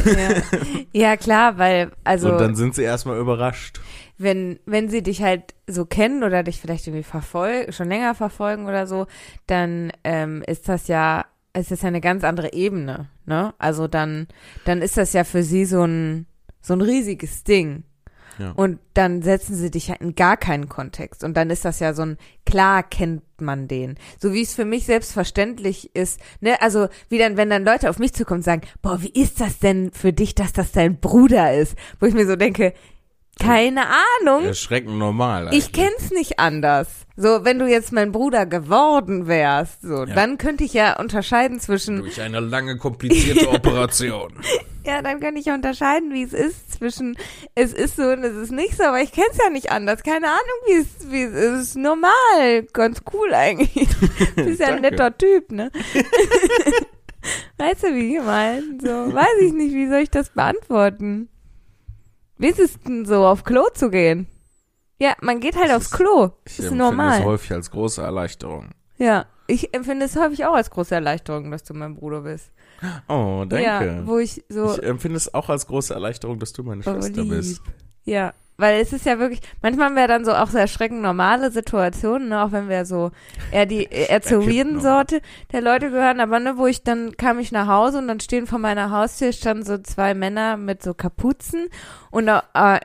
[SPEAKER 1] ja. ja, klar, weil, also.
[SPEAKER 2] und dann sind sie erstmal überrascht.
[SPEAKER 1] wenn, wenn sie dich halt so kennen oder dich vielleicht irgendwie verfolgen, schon länger verfolgen oder so, dann ähm, ist das ja, ist das ja eine ganz andere Ebene, ne? Also dann, dann ist das ja für sie so ein, so ein riesiges Ding.
[SPEAKER 2] Ja.
[SPEAKER 1] Und dann setzen sie dich halt in gar keinen Kontext. Und dann ist das ja so ein, klar kennt man den. So wie es für mich selbstverständlich ist, ne, also wie dann, wenn dann Leute auf mich zukommen und sagen, boah, wie ist das denn für dich, dass das dein Bruder ist? Wo ich mir so denke, keine Ahnung,
[SPEAKER 2] Erschreckend normal.
[SPEAKER 1] Mhm. ich
[SPEAKER 2] eigentlich.
[SPEAKER 1] kenn's nicht anders. So, wenn du jetzt mein Bruder geworden wärst, so,
[SPEAKER 2] Ja.
[SPEAKER 1] dann könnte ich ja unterscheiden zwischen,
[SPEAKER 2] Durch eine lange, komplizierte Operation.
[SPEAKER 1] ja, dann könnte ich ja unterscheiden, wie es ist, zwischen, es ist so und es ist nicht so, aber ich kenn's ja nicht anders. Keine Ahnung, wie es, wie es ist. ist normal. Ganz cool eigentlich. Du bist ja ein
[SPEAKER 2] Danke.
[SPEAKER 1] netter Typ, ne? weißt du, wie ich meine? So, weiß ich nicht, wie soll ich das beantworten? Wie ist es denn so, auf Klo zu gehen? Ja, man geht halt aufs Klo.
[SPEAKER 2] Ich
[SPEAKER 1] ist
[SPEAKER 2] empfinde es
[SPEAKER 1] normal.
[SPEAKER 2] häufig als große Erleichterung.
[SPEAKER 1] Ja. Ich empfinde es häufig auch als große Erleichterung, dass du mein Bruder bist.
[SPEAKER 2] Oh,
[SPEAKER 1] Ja,
[SPEAKER 2] danke.
[SPEAKER 1] wo ich so,
[SPEAKER 2] ich empfinde es auch als große Erleichterung, dass du meine
[SPEAKER 1] Oh,
[SPEAKER 2] Schwester
[SPEAKER 1] lieb.
[SPEAKER 2] bist.
[SPEAKER 1] ja. Weil es ist ja wirklich, manchmal haben wir dann so auch so erschreckend normale Situationen, ne, auch wenn wir so eher die eher zur
[SPEAKER 2] Erkennt
[SPEAKER 1] weirden
[SPEAKER 2] man.
[SPEAKER 1] Sorte der Leute gehören, aber ne, wo ich dann kam ich nach Hause und dann stehen vor meiner Haustür standen so zwei Männer mit so Kapuzen und äh,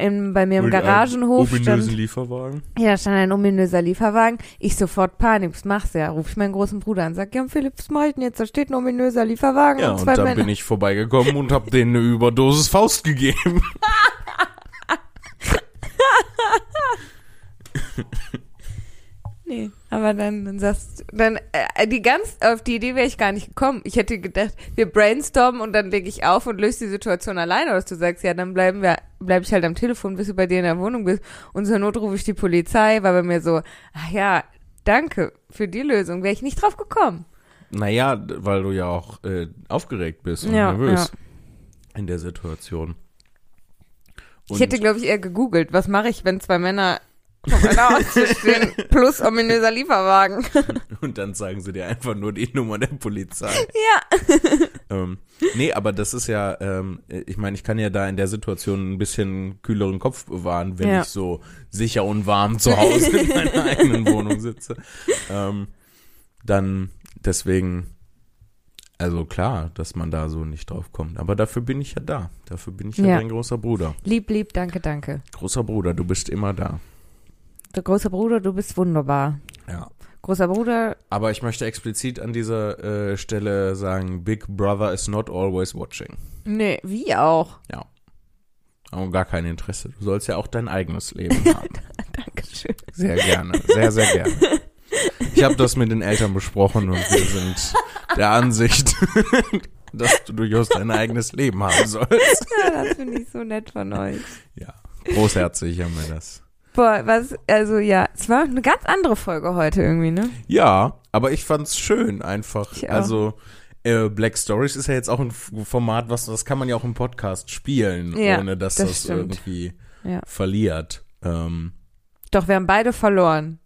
[SPEAKER 1] in, bei mir im
[SPEAKER 2] Mit einem
[SPEAKER 1] Garagenhof stand
[SPEAKER 2] Ominösen Lieferwagen.
[SPEAKER 1] Ja, da stand ein ominöser Lieferwagen. Ich sofort Panik, was machst du ja? Ruf ich meinen großen Bruder an, sag, ja, Philipp, was mach ich denn jetzt? Da steht ein ominöser Lieferwagen
[SPEAKER 2] Ja,
[SPEAKER 1] und
[SPEAKER 2] und
[SPEAKER 1] zwei
[SPEAKER 2] dann
[SPEAKER 1] Männer.
[SPEAKER 2] bin ich vorbeigekommen und hab denen eine Überdosis Faust gegeben.
[SPEAKER 1] Nee, aber dann, dann sagst dann äh, die ganz auf die Idee wäre ich gar nicht gekommen. Ich hätte gedacht, wir brainstormen und dann lege ich auf und löse die Situation alleine, oder dass du sagst, ja, dann bleiben wir, bleib ich halt am Telefon, bis du bei dir in der Wohnung bist. Und zur Not rufe ich die Polizei, war bei mir so, ach ja, danke für die Lösung, wäre ich nicht drauf gekommen.
[SPEAKER 2] Naja, d- weil du ja auch äh, aufgeregt bist und
[SPEAKER 1] Ja,
[SPEAKER 2] nervös in der Situation. Und
[SPEAKER 1] ich hätte, glaube ich, eher gegoogelt, was mache ich, wenn zwei Männer vor meiner Haustür stehen, plus ominöser Lieferwagen.
[SPEAKER 2] Und dann sagen sie dir einfach nur die Nummer der Polizei.
[SPEAKER 1] Ja.
[SPEAKER 2] ähm, nee, aber das ist ja, ähm, ich meine, ich kann ja da in der Situation ein bisschen kühleren Kopf bewahren, wenn
[SPEAKER 1] Ja.
[SPEAKER 2] ich so sicher und warm zu Hause in meiner eigenen Wohnung sitze. Ähm, dann deswegen, also klar, dass man da so nicht drauf kommt. Aber dafür bin ich ja da. Dafür bin ich ja,
[SPEAKER 1] Ja.
[SPEAKER 2] dein großer Bruder.
[SPEAKER 1] Lieb, lieb, danke, danke.
[SPEAKER 2] Großer Bruder, du bist immer da.
[SPEAKER 1] Der große Bruder, du bist wunderbar.
[SPEAKER 2] Ja.
[SPEAKER 1] Großer Bruder,
[SPEAKER 2] Aber ich möchte explizit an dieser äh, Stelle sagen, Big Brother is not always watching.
[SPEAKER 1] nee, wie auch.
[SPEAKER 2] Aber gar kein Interesse. Du sollst ja auch dein eigenes Leben haben.
[SPEAKER 1] Dankeschön.
[SPEAKER 2] Sehr gerne, sehr, sehr gerne. Ich habe das mit den Eltern besprochen und wir sind der Ansicht, dass du durchaus dein eigenes Leben haben sollst.
[SPEAKER 1] Ja, das finde ich so nett von euch.
[SPEAKER 2] Ja, großherzig haben wir das.
[SPEAKER 1] Boah, was, also ja, es war eine ganz andere Folge heute irgendwie, ne?
[SPEAKER 2] Ja, aber ich fand's schön einfach.
[SPEAKER 1] Ich auch.
[SPEAKER 2] Also äh, Black Stories ist ja jetzt auch ein F- Format, was das kann man ja auch im Podcast spielen,
[SPEAKER 1] Ja,
[SPEAKER 2] ohne dass das,
[SPEAKER 1] das stimmt.
[SPEAKER 2] irgendwie
[SPEAKER 1] Ja.
[SPEAKER 2] verliert. Ähm,
[SPEAKER 1] Doch, wir haben beide verloren.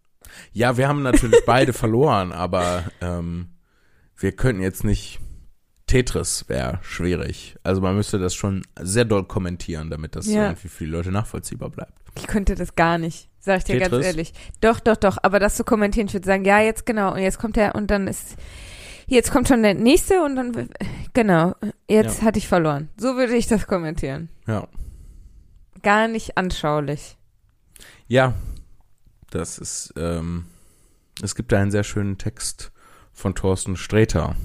[SPEAKER 2] ja, wir haben natürlich beide verloren, aber ähm, wir können jetzt nicht. Tetris wäre schwierig. Also man müsste das schon sehr doll kommentieren, damit das
[SPEAKER 1] Ja.
[SPEAKER 2] irgendwie für die Leute nachvollziehbar bleibt.
[SPEAKER 1] Ich könnte das gar nicht, sag ich dir ganz
[SPEAKER 2] Tetris?
[SPEAKER 1] ehrlich. Doch, doch, doch, aber das zu kommentieren, ich würde sagen, ja, jetzt genau, und jetzt kommt der, und dann ist, jetzt kommt schon der nächste, und dann, genau, jetzt hatte ich verloren. So würde ich das kommentieren.
[SPEAKER 2] Ja.
[SPEAKER 1] Gar nicht anschaulich.
[SPEAKER 2] Ja, das ist, ähm, es gibt da einen sehr schönen Text von Thorsten Sträter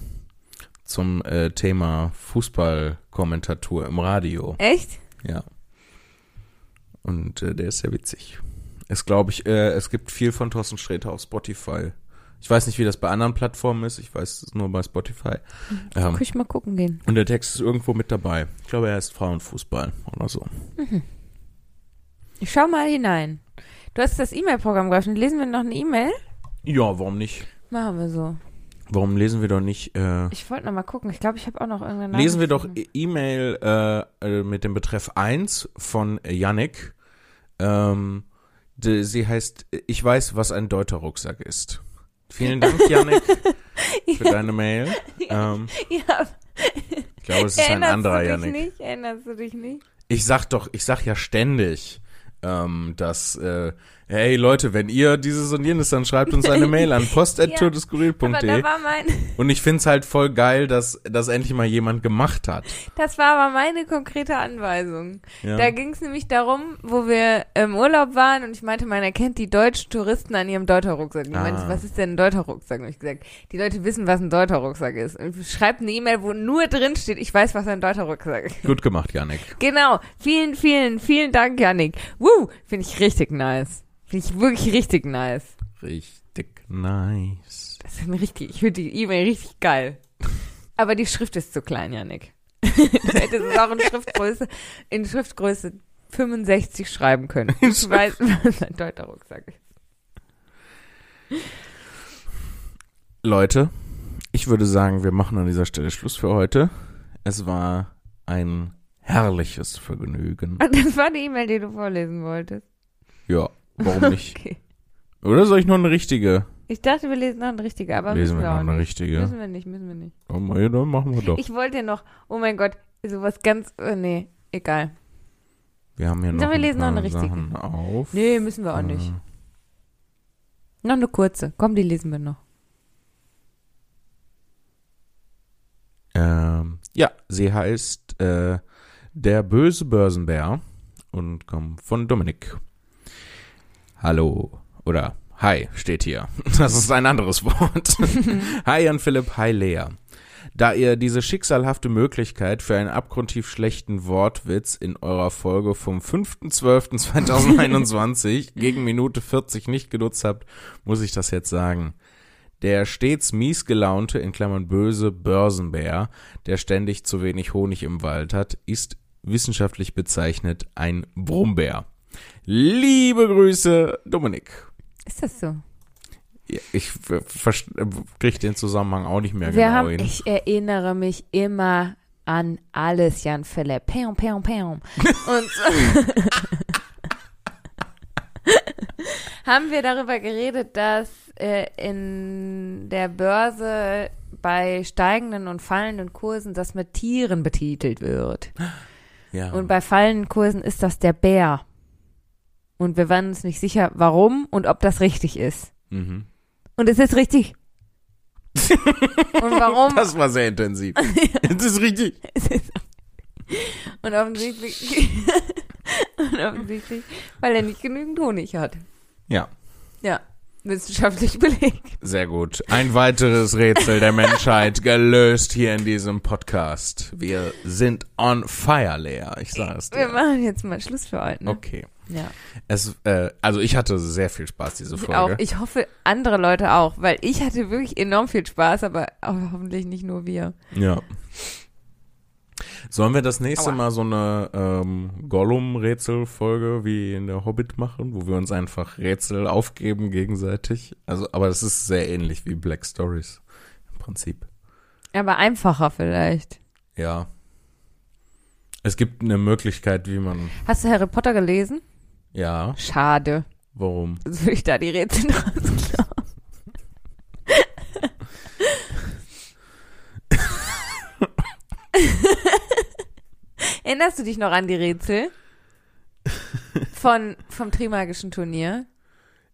[SPEAKER 2] zum äh, Thema Fußballkommentatur im Radio.
[SPEAKER 1] Echt?
[SPEAKER 2] Ja. Und äh, der ist sehr witzig. Es glaube ich, äh, es gibt viel von Thorsten Sträter auf Spotify. Ich weiß nicht, wie das bei anderen Plattformen ist. Ich weiß es nur bei Spotify. Ähm,
[SPEAKER 1] Kann ich mal gucken gehen.
[SPEAKER 2] und der Text ist irgendwo mit dabei. Ich glaube, er heißt Frauenfußball oder so.
[SPEAKER 1] Ich schau mal hinein. Du hast das E-Mail-Programm geöffnet. Lesen wir noch eine E-Mail?
[SPEAKER 2] Ja, warum nicht?
[SPEAKER 1] Machen wir so.
[SPEAKER 2] Warum lesen wir doch nicht äh,
[SPEAKER 1] Ich wollte noch mal gucken. Ich glaube, ich habe auch noch irgendeine
[SPEAKER 2] Lesen wir doch
[SPEAKER 1] Nachricht.
[SPEAKER 2] E- E-Mail äh, äh, mit dem Betreff 1 von Yannick. Ähm, de, sie heißt Ich weiß, was ein deuter Rucksack ist. Vielen Dank, Yannick, für deine Mail. Ähm,
[SPEAKER 1] Ja,
[SPEAKER 2] ich glaube, es ist ein
[SPEAKER 1] erinnerst
[SPEAKER 2] anderer
[SPEAKER 1] du dich
[SPEAKER 2] Yannick.
[SPEAKER 1] nicht? Erinnerst du dich nicht?
[SPEAKER 2] Ich sag doch, ich sag ja ständig, ähm, dass, äh, hey Leute, wenn ihr dieses und jenes, dann schreibt uns eine Mail an
[SPEAKER 1] Aber
[SPEAKER 2] post.tourdeskurril.de.
[SPEAKER 1] da war mein,
[SPEAKER 2] und ich find's halt voll geil, dass das endlich mal jemand gemacht hat.
[SPEAKER 1] das war aber meine konkrete Anweisung.
[SPEAKER 2] Ja.
[SPEAKER 1] Da ging es nämlich darum, wo wir im Urlaub waren und ich meinte, man erkennt die deutschen Touristen an ihrem Deuterrucksack. Und Die
[SPEAKER 2] Ah.
[SPEAKER 1] meinte, was ist denn ein Deuterrucksack? Und ich gesagt, die Leute wissen, was ein Deuterrucksack ist. Und schreibt eine E-Mail, wo nur drin steht, ich weiß, was ein Deuterrucksack ist.
[SPEAKER 2] Gut gemacht, Yannick.
[SPEAKER 1] Genau. Vielen, vielen, vielen Dank, Janik. Woo, finde ich richtig nice. Finde ich wirklich richtig nice.
[SPEAKER 2] Richtig nice.
[SPEAKER 1] Das ist ein richtig, ich finde die E-Mail richtig geil. Aber die Schrift ist zu klein, Janik. Vielleicht ist es auch in Schriftgröße, in Schriftgröße 65 schreiben können. Ich weiß, was ein deuter Rucksack ist.
[SPEAKER 2] Leute, ich würde sagen, wir machen an dieser Stelle Schluss für heute. Es war ein herrliches Vergnügen.
[SPEAKER 1] Ah, Und das war die E-Mail, die du vorlesen wolltest.
[SPEAKER 2] Ja, Warum nicht?
[SPEAKER 1] Okay.
[SPEAKER 2] Oder soll ich noch eine richtige?
[SPEAKER 1] Ich dachte, wir lesen noch eine richtige, aber
[SPEAKER 2] Lesen
[SPEAKER 1] müssen
[SPEAKER 2] wir noch
[SPEAKER 1] auch
[SPEAKER 2] eine
[SPEAKER 1] nicht. Müssen
[SPEAKER 2] richtige.
[SPEAKER 1] wir nicht, müssen wir nicht.
[SPEAKER 2] Oh, ja, dann machen wir doch.
[SPEAKER 1] Ich wollte noch, oh mein Gott, sowas ganz, äh, nee, egal.
[SPEAKER 2] Wir haben hier
[SPEAKER 1] Dann
[SPEAKER 2] noch,
[SPEAKER 1] wir
[SPEAKER 2] ein
[SPEAKER 1] lesen noch
[SPEAKER 2] paar
[SPEAKER 1] eine richtige.
[SPEAKER 2] Sachen auf. Äh,
[SPEAKER 1] Nee, müssen wir auch nicht.
[SPEAKER 2] Mhm.
[SPEAKER 1] Noch eine kurze. Komm, die lesen wir noch.
[SPEAKER 2] Ähm, ja, sie heißt äh, Der böse Börsenbär und kommt von Dominik. Hallo oder Hi steht hier. Das ist ein anderes Wort. hi an Philipp, hi Lea. Da ihr diese schicksalhafte Möglichkeit für einen abgrundtief schlechten Wortwitz in eurer Folge vom 5.12.2021 gegen Minute 40 nicht genutzt habt, muss ich das jetzt sagen. Der stets mies gelaunte, in Klammern böse, Börsenbär, der ständig zu wenig Honig im Wald hat, ist wissenschaftlich bezeichnet ein Brummbär. Liebe Grüße, Dominik.
[SPEAKER 1] Ist das so?
[SPEAKER 2] Ja, Ich ver- ver- krieg den Zusammenhang auch nicht mehr
[SPEAKER 1] wir
[SPEAKER 2] genau
[SPEAKER 1] haben,
[SPEAKER 2] hin.
[SPEAKER 1] ich erinnere mich immer an alles, Jan Philipp. Pam, pam, pam. Und haben wir darüber geredet, dass äh, in der Börse bei steigenden und fallenden Kursen das mit Tieren betitelt wird.
[SPEAKER 2] Ah. ja.
[SPEAKER 1] Und bei fallenden Kursen ist das der Bär. Und wir waren uns nicht sicher, warum und ob das richtig ist.
[SPEAKER 2] mhm.
[SPEAKER 1] Und es ist richtig. und warum?
[SPEAKER 2] Das war sehr intensiv. das ist richtig.
[SPEAKER 1] Und offensichtlich, und offensichtlich, weil er nicht genügend Honig hat.
[SPEAKER 2] Ja,
[SPEAKER 1] Ja, wissenschaftlich belegt.
[SPEAKER 2] sehr gut. Ein weiteres Rätsel der Menschheit gelöst hier in diesem Podcast. Wir sind on fire, Lea. Ich sage es
[SPEAKER 1] Wir
[SPEAKER 2] dir.
[SPEAKER 1] machen jetzt mal Schluss für heute. Ne?
[SPEAKER 2] Okay.
[SPEAKER 1] Ja.
[SPEAKER 2] Es, äh, also ich hatte sehr viel Spaß diese
[SPEAKER 1] Ich
[SPEAKER 2] Folge.
[SPEAKER 1] auch. Ich hoffe, andere Leute auch, weil ich hatte wirklich enorm viel Spaß, aber ho- hoffentlich nicht nur wir.
[SPEAKER 2] ja. Sollen wir das nächste
[SPEAKER 1] Aua.
[SPEAKER 2] Mal so eine ähm, Gollum-Rätsel-Folge wie in der Hobbit machen, wo wir uns einfach Rätsel aufgeben gegenseitig? Also, aber es ist sehr ähnlich wie Black Stories im Prinzip.
[SPEAKER 1] Aber einfacher vielleicht.
[SPEAKER 2] Ja. Es gibt eine Möglichkeit, wie man.
[SPEAKER 1] Hast du Harry Potter gelesen?
[SPEAKER 2] Ja,
[SPEAKER 1] Schade.
[SPEAKER 2] warum?
[SPEAKER 1] Sonst würde ich da die Rätsel draus klauen. Erinnerst du dich noch an die Rätsel? Von, vom Trimagischen Turnier?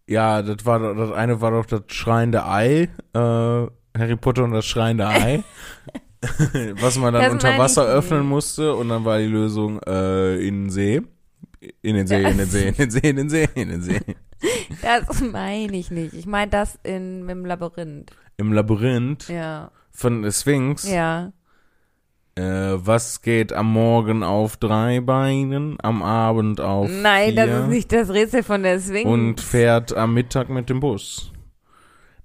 [SPEAKER 2] Ja, das war doch- das eine war doch das schreiende Ei, äh, Harry Potter und das schreiende Ei. was man dann
[SPEAKER 1] Das
[SPEAKER 2] unter
[SPEAKER 1] meine
[SPEAKER 2] Wasser
[SPEAKER 1] ich
[SPEAKER 2] öffnen musste und dann war die Lösung äh, in den See. In den See, in den See, in den See, in den See, in den See.
[SPEAKER 1] Das meine ich nicht. Ich meine das in, im Labyrinth.
[SPEAKER 2] Im Labyrinth
[SPEAKER 1] Ja.
[SPEAKER 2] von der Sphinx.
[SPEAKER 1] Ja.
[SPEAKER 2] Äh, was geht am Morgen auf drei Beinen, am Abend auf
[SPEAKER 1] Nein,
[SPEAKER 2] vier
[SPEAKER 1] das ist nicht das Rätsel von der Swing.
[SPEAKER 2] und fährt am Mittag mit dem Bus.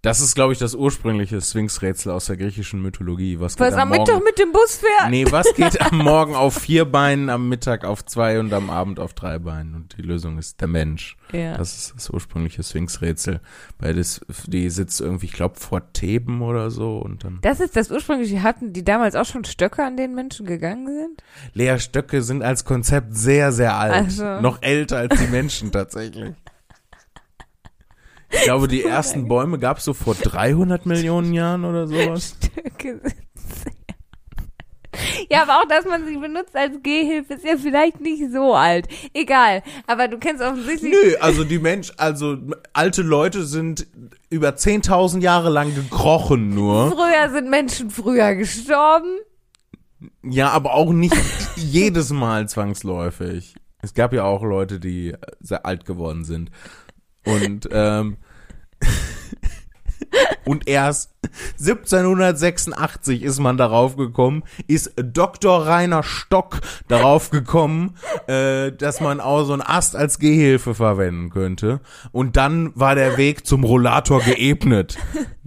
[SPEAKER 2] Das ist, glaube ich, das ursprüngliche Sphinx-Rätsel aus der griechischen Mythologie. Was,
[SPEAKER 1] was
[SPEAKER 2] geht am
[SPEAKER 1] am
[SPEAKER 2] Morgen
[SPEAKER 1] Mittag mit dem Bus fährt.
[SPEAKER 2] Nee, was geht am Morgen auf vier Beinen, am Mittag auf zwei und am Abend auf drei Beinen? Und die Lösung ist der Mensch.
[SPEAKER 1] Ja.
[SPEAKER 2] Das ist das ursprüngliche Sphinx-Rätsel. Weil das, die sitzt irgendwie, ich glaube, vor Theben oder so und dann.
[SPEAKER 1] Das ist das ursprüngliche. Hatten die damals auch schon Stöcke, an denen Menschen gegangen sind?
[SPEAKER 2] Lea Stöcke sind als Konzept sehr, sehr alt.
[SPEAKER 1] Also.
[SPEAKER 2] Noch älter als die Menschen tatsächlich. Ich glaube, die ersten Bäume gab es so vor 300 Millionen Jahren oder sowas.
[SPEAKER 1] Stöcke sind sehr- Ja, aber auch, dass man sie benutzt als Gehhilfe, ist ja vielleicht nicht so alt. Egal. Aber du kennst offensichtlich.
[SPEAKER 2] Nö, also die Mensch, also alte Leute sind über 10.000 Jahre lang gekrochen nur.
[SPEAKER 1] Früher sind Menschen früher gestorben.
[SPEAKER 2] Ja, aber auch nicht jedes Mal zwangsläufig. Es gab ja auch Leute, die sehr alt geworden sind. Und, ähm, und erst 1786 ist man darauf gekommen, ist Dr. Rainer Stock darauf gekommen, äh, dass man auch so einen Ast als Gehhilfe verwenden könnte. Und dann war der Weg zum Rollator geebnet.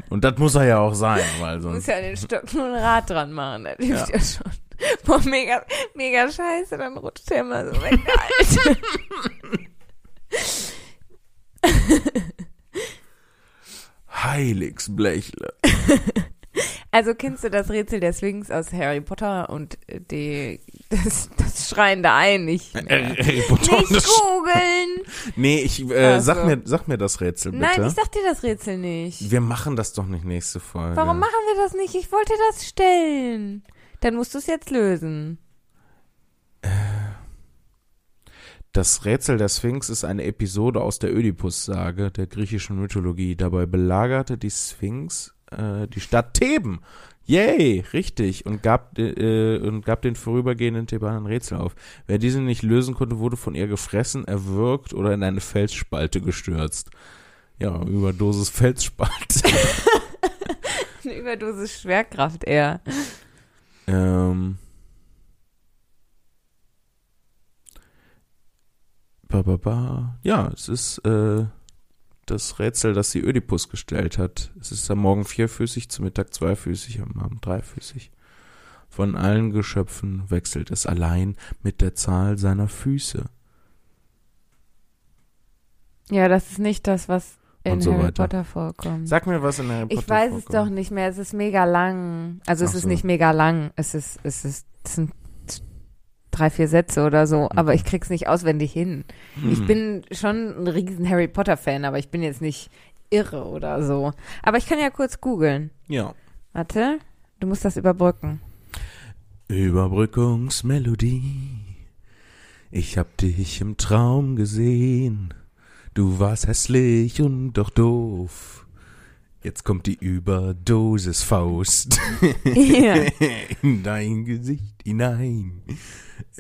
[SPEAKER 2] Und das muss er ja auch sein, weil
[SPEAKER 1] Muss
[SPEAKER 2] sonst.
[SPEAKER 1] ja an den Stöcken nur ein Rad dran machen. Das hilft ja, schon. Boah, mega, mega scheiße, dann rutscht der immer so weg. der Alte.
[SPEAKER 2] Heiligsblechle.
[SPEAKER 1] Also kennst du das Rätsel der Sphinx aus Harry Potter und äh, die, das, das Schreien da ein nicht. Mehr.
[SPEAKER 2] Harry Potter Äh, und
[SPEAKER 1] Äh, Nicht
[SPEAKER 2] das-
[SPEAKER 1] googeln!
[SPEAKER 2] nee, ich äh,
[SPEAKER 1] Ach
[SPEAKER 2] sag
[SPEAKER 1] so.
[SPEAKER 2] mir, sag mir das Rätsel bitte.
[SPEAKER 1] Nein, ich sag dir das Rätsel nicht.
[SPEAKER 2] wir machen das doch nicht nächste Folge.
[SPEAKER 1] Warum machen wir das nicht? Ich wollte das stellen. Dann musst du es jetzt lösen.
[SPEAKER 2] Das Rätsel der Sphinx ist eine Episode aus der Ödipus-Sage der griechischen Mythologie. Dabei belagerte die Sphinx äh, die Stadt Theben. Yay, richtig. Und gab, äh, und gab den vorübergehenden Thebanern Rätsel auf. Wer diese nicht lösen konnte, wurde von ihr gefressen, erwürgt oder in eine Felsspalte gestürzt. Ja, Überdosis Felsspalte.
[SPEAKER 1] Eine Überdosis Schwerkraft eher.
[SPEAKER 2] Ähm. Ba, ba, ba. Ja, es ist äh, das Rätsel, das sie Ödipus gestellt hat. Es ist am Morgen vierfüßig, zum Mittag zweifüßig, am Abend dreifüßig. Von allen Geschöpfen wechselt es allein mit der Zahl seiner Füße.
[SPEAKER 1] Ja, das ist nicht das, was in
[SPEAKER 2] Und so
[SPEAKER 1] Harry
[SPEAKER 2] weiter.
[SPEAKER 1] Potter vorkommt.
[SPEAKER 2] Sag mir was in Harry Potter.
[SPEAKER 1] ich weiß es doch
[SPEAKER 2] vorkommt.
[SPEAKER 1] nicht mehr. Es ist mega lang. Also es
[SPEAKER 2] Ach
[SPEAKER 1] ist
[SPEAKER 2] so.
[SPEAKER 1] nicht mega lang. Es ist, es ist, es sind drei, vier Sätze oder
[SPEAKER 2] Mhm.
[SPEAKER 1] so. Aber ich krieg's nicht auswendig hin. Ich
[SPEAKER 2] Hm.
[SPEAKER 1] bin schon ein riesen Harry Potter Fan, aber ich bin jetzt nicht irre oder so. Aber ich kann ja kurz googeln.
[SPEAKER 2] Ja.
[SPEAKER 1] Warte, du musst das überbrücken.
[SPEAKER 2] Überbrückungsmelodie. Ich hab dich im Traum gesehen. Du warst hässlich und doch doof. Jetzt kommt die Überdosis-Faust
[SPEAKER 1] Ja.
[SPEAKER 2] in dein Gesicht hinein.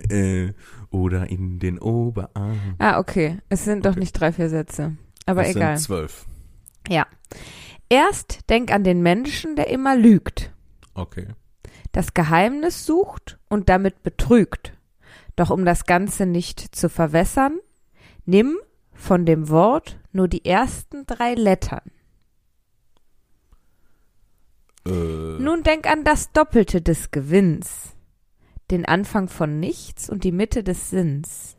[SPEAKER 2] Äh, oder in den Oberarm.
[SPEAKER 1] Ah, okay. Es sind doch nicht drei, vier Sätze. Aber
[SPEAKER 2] das
[SPEAKER 1] egal.
[SPEAKER 2] sind zwölf.
[SPEAKER 1] Ja. Erst denk an den Menschen, der immer lügt,
[SPEAKER 2] Okay.
[SPEAKER 1] das Geheimnis sucht und damit betrügt. Doch um das Ganze nicht zu verwässern, nimm von dem Wort nur die ersten drei Lettern.
[SPEAKER 2] Äh,
[SPEAKER 1] Nun denk an das Doppelte des Gewinns, den Anfang von nichts und die Mitte des Sinns.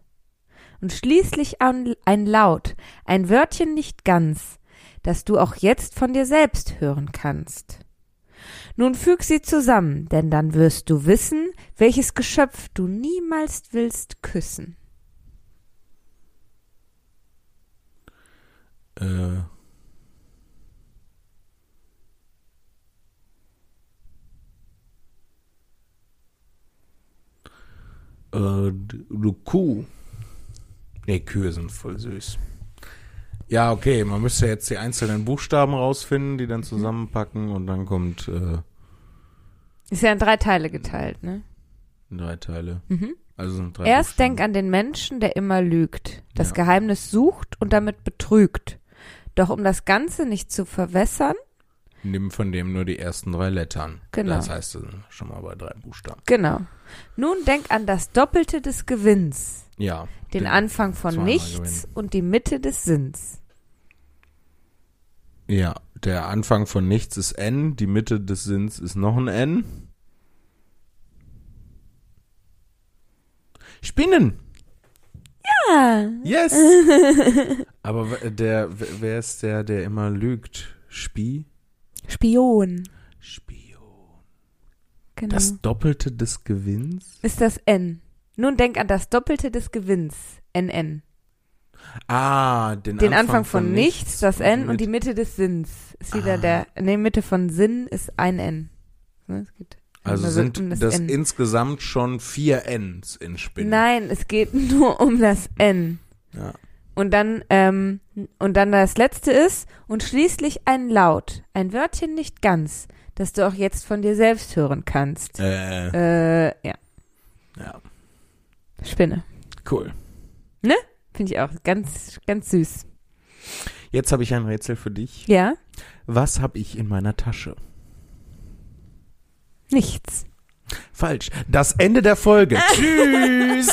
[SPEAKER 1] Und schließlich an ein Laut, ein Wörtchen nicht ganz, das du auch jetzt von dir selbst hören kannst. Nun füg sie zusammen, denn dann wirst du wissen, welches Geschöpf du niemals willst küssen.
[SPEAKER 2] äh. Äh, d- du Kuh. Nee, Kühe sind voll süß. Ja, okay, man müsste jetzt die einzelnen Buchstaben rausfinden, die
[SPEAKER 1] Mhm.
[SPEAKER 2] dann zusammenpacken und dann kommt äh,
[SPEAKER 1] Ist ja in drei Teile geteilt, ne?
[SPEAKER 2] drei Teile. Also sind drei
[SPEAKER 1] Mhm. Erst
[SPEAKER 2] Buchstaben.
[SPEAKER 1] denk an den Menschen, der immer lügt, das
[SPEAKER 2] Ja.
[SPEAKER 1] Geheimnis sucht und damit betrügt. Doch um das Ganze nicht zu verwässern,
[SPEAKER 2] Nimm von dem nur die ersten drei Lettern.
[SPEAKER 1] Genau.
[SPEAKER 2] Das heißt, wir sind schon mal bei drei Buchstaben.
[SPEAKER 1] genau. Nun denk an das Doppelte des Gewinns,
[SPEAKER 2] Ja.
[SPEAKER 1] den Anfang von
[SPEAKER 2] zweimal
[SPEAKER 1] nichts und die Mitte des Sinns.
[SPEAKER 2] Ja, der Anfang von nichts ist N, die Mitte des Sinns ist noch ein N. Spinnen!
[SPEAKER 1] Ah,
[SPEAKER 2] Yes! Aber w- der, w- wer ist der, der immer lügt? Spie?
[SPEAKER 1] Spion.
[SPEAKER 2] Spion.
[SPEAKER 1] Genau.
[SPEAKER 2] Das Doppelte des Gewinns?
[SPEAKER 1] ist das N. Nun denk an das Doppelte des Gewinns, NN.
[SPEAKER 2] Ah, den,
[SPEAKER 1] Den Anfang, von, nichts, das N und die
[SPEAKER 2] Mitte.
[SPEAKER 1] Mitte des Sinns ist wieder
[SPEAKER 2] Ah.
[SPEAKER 1] der, nee, Mitte von Sinn ist ein N. Ne, es geht
[SPEAKER 2] Also
[SPEAKER 1] immer so
[SPEAKER 2] sind
[SPEAKER 1] um
[SPEAKER 2] das,
[SPEAKER 1] N.
[SPEAKER 2] insgesamt schon vier Ns in Spinnen.
[SPEAKER 1] Nein, es geht nur um das N.
[SPEAKER 2] Ja.
[SPEAKER 1] Und dann, ähm, und dann das letzte ist, und schließlich ein Laut, ein Wörtchen nicht ganz, das du auch jetzt von dir selbst hören kannst.
[SPEAKER 2] Äh,
[SPEAKER 1] Äh, ja,
[SPEAKER 2] ja,
[SPEAKER 1] Spinne.
[SPEAKER 2] cool.
[SPEAKER 1] Finde ich auch ganz, ganz süß.
[SPEAKER 2] Jetzt habe ich ein Rätsel für dich.
[SPEAKER 1] Ja?
[SPEAKER 2] Was habe ich in meiner Tasche?
[SPEAKER 1] Nichts.
[SPEAKER 2] Falsch. Das Ende der Folge. Tschüss.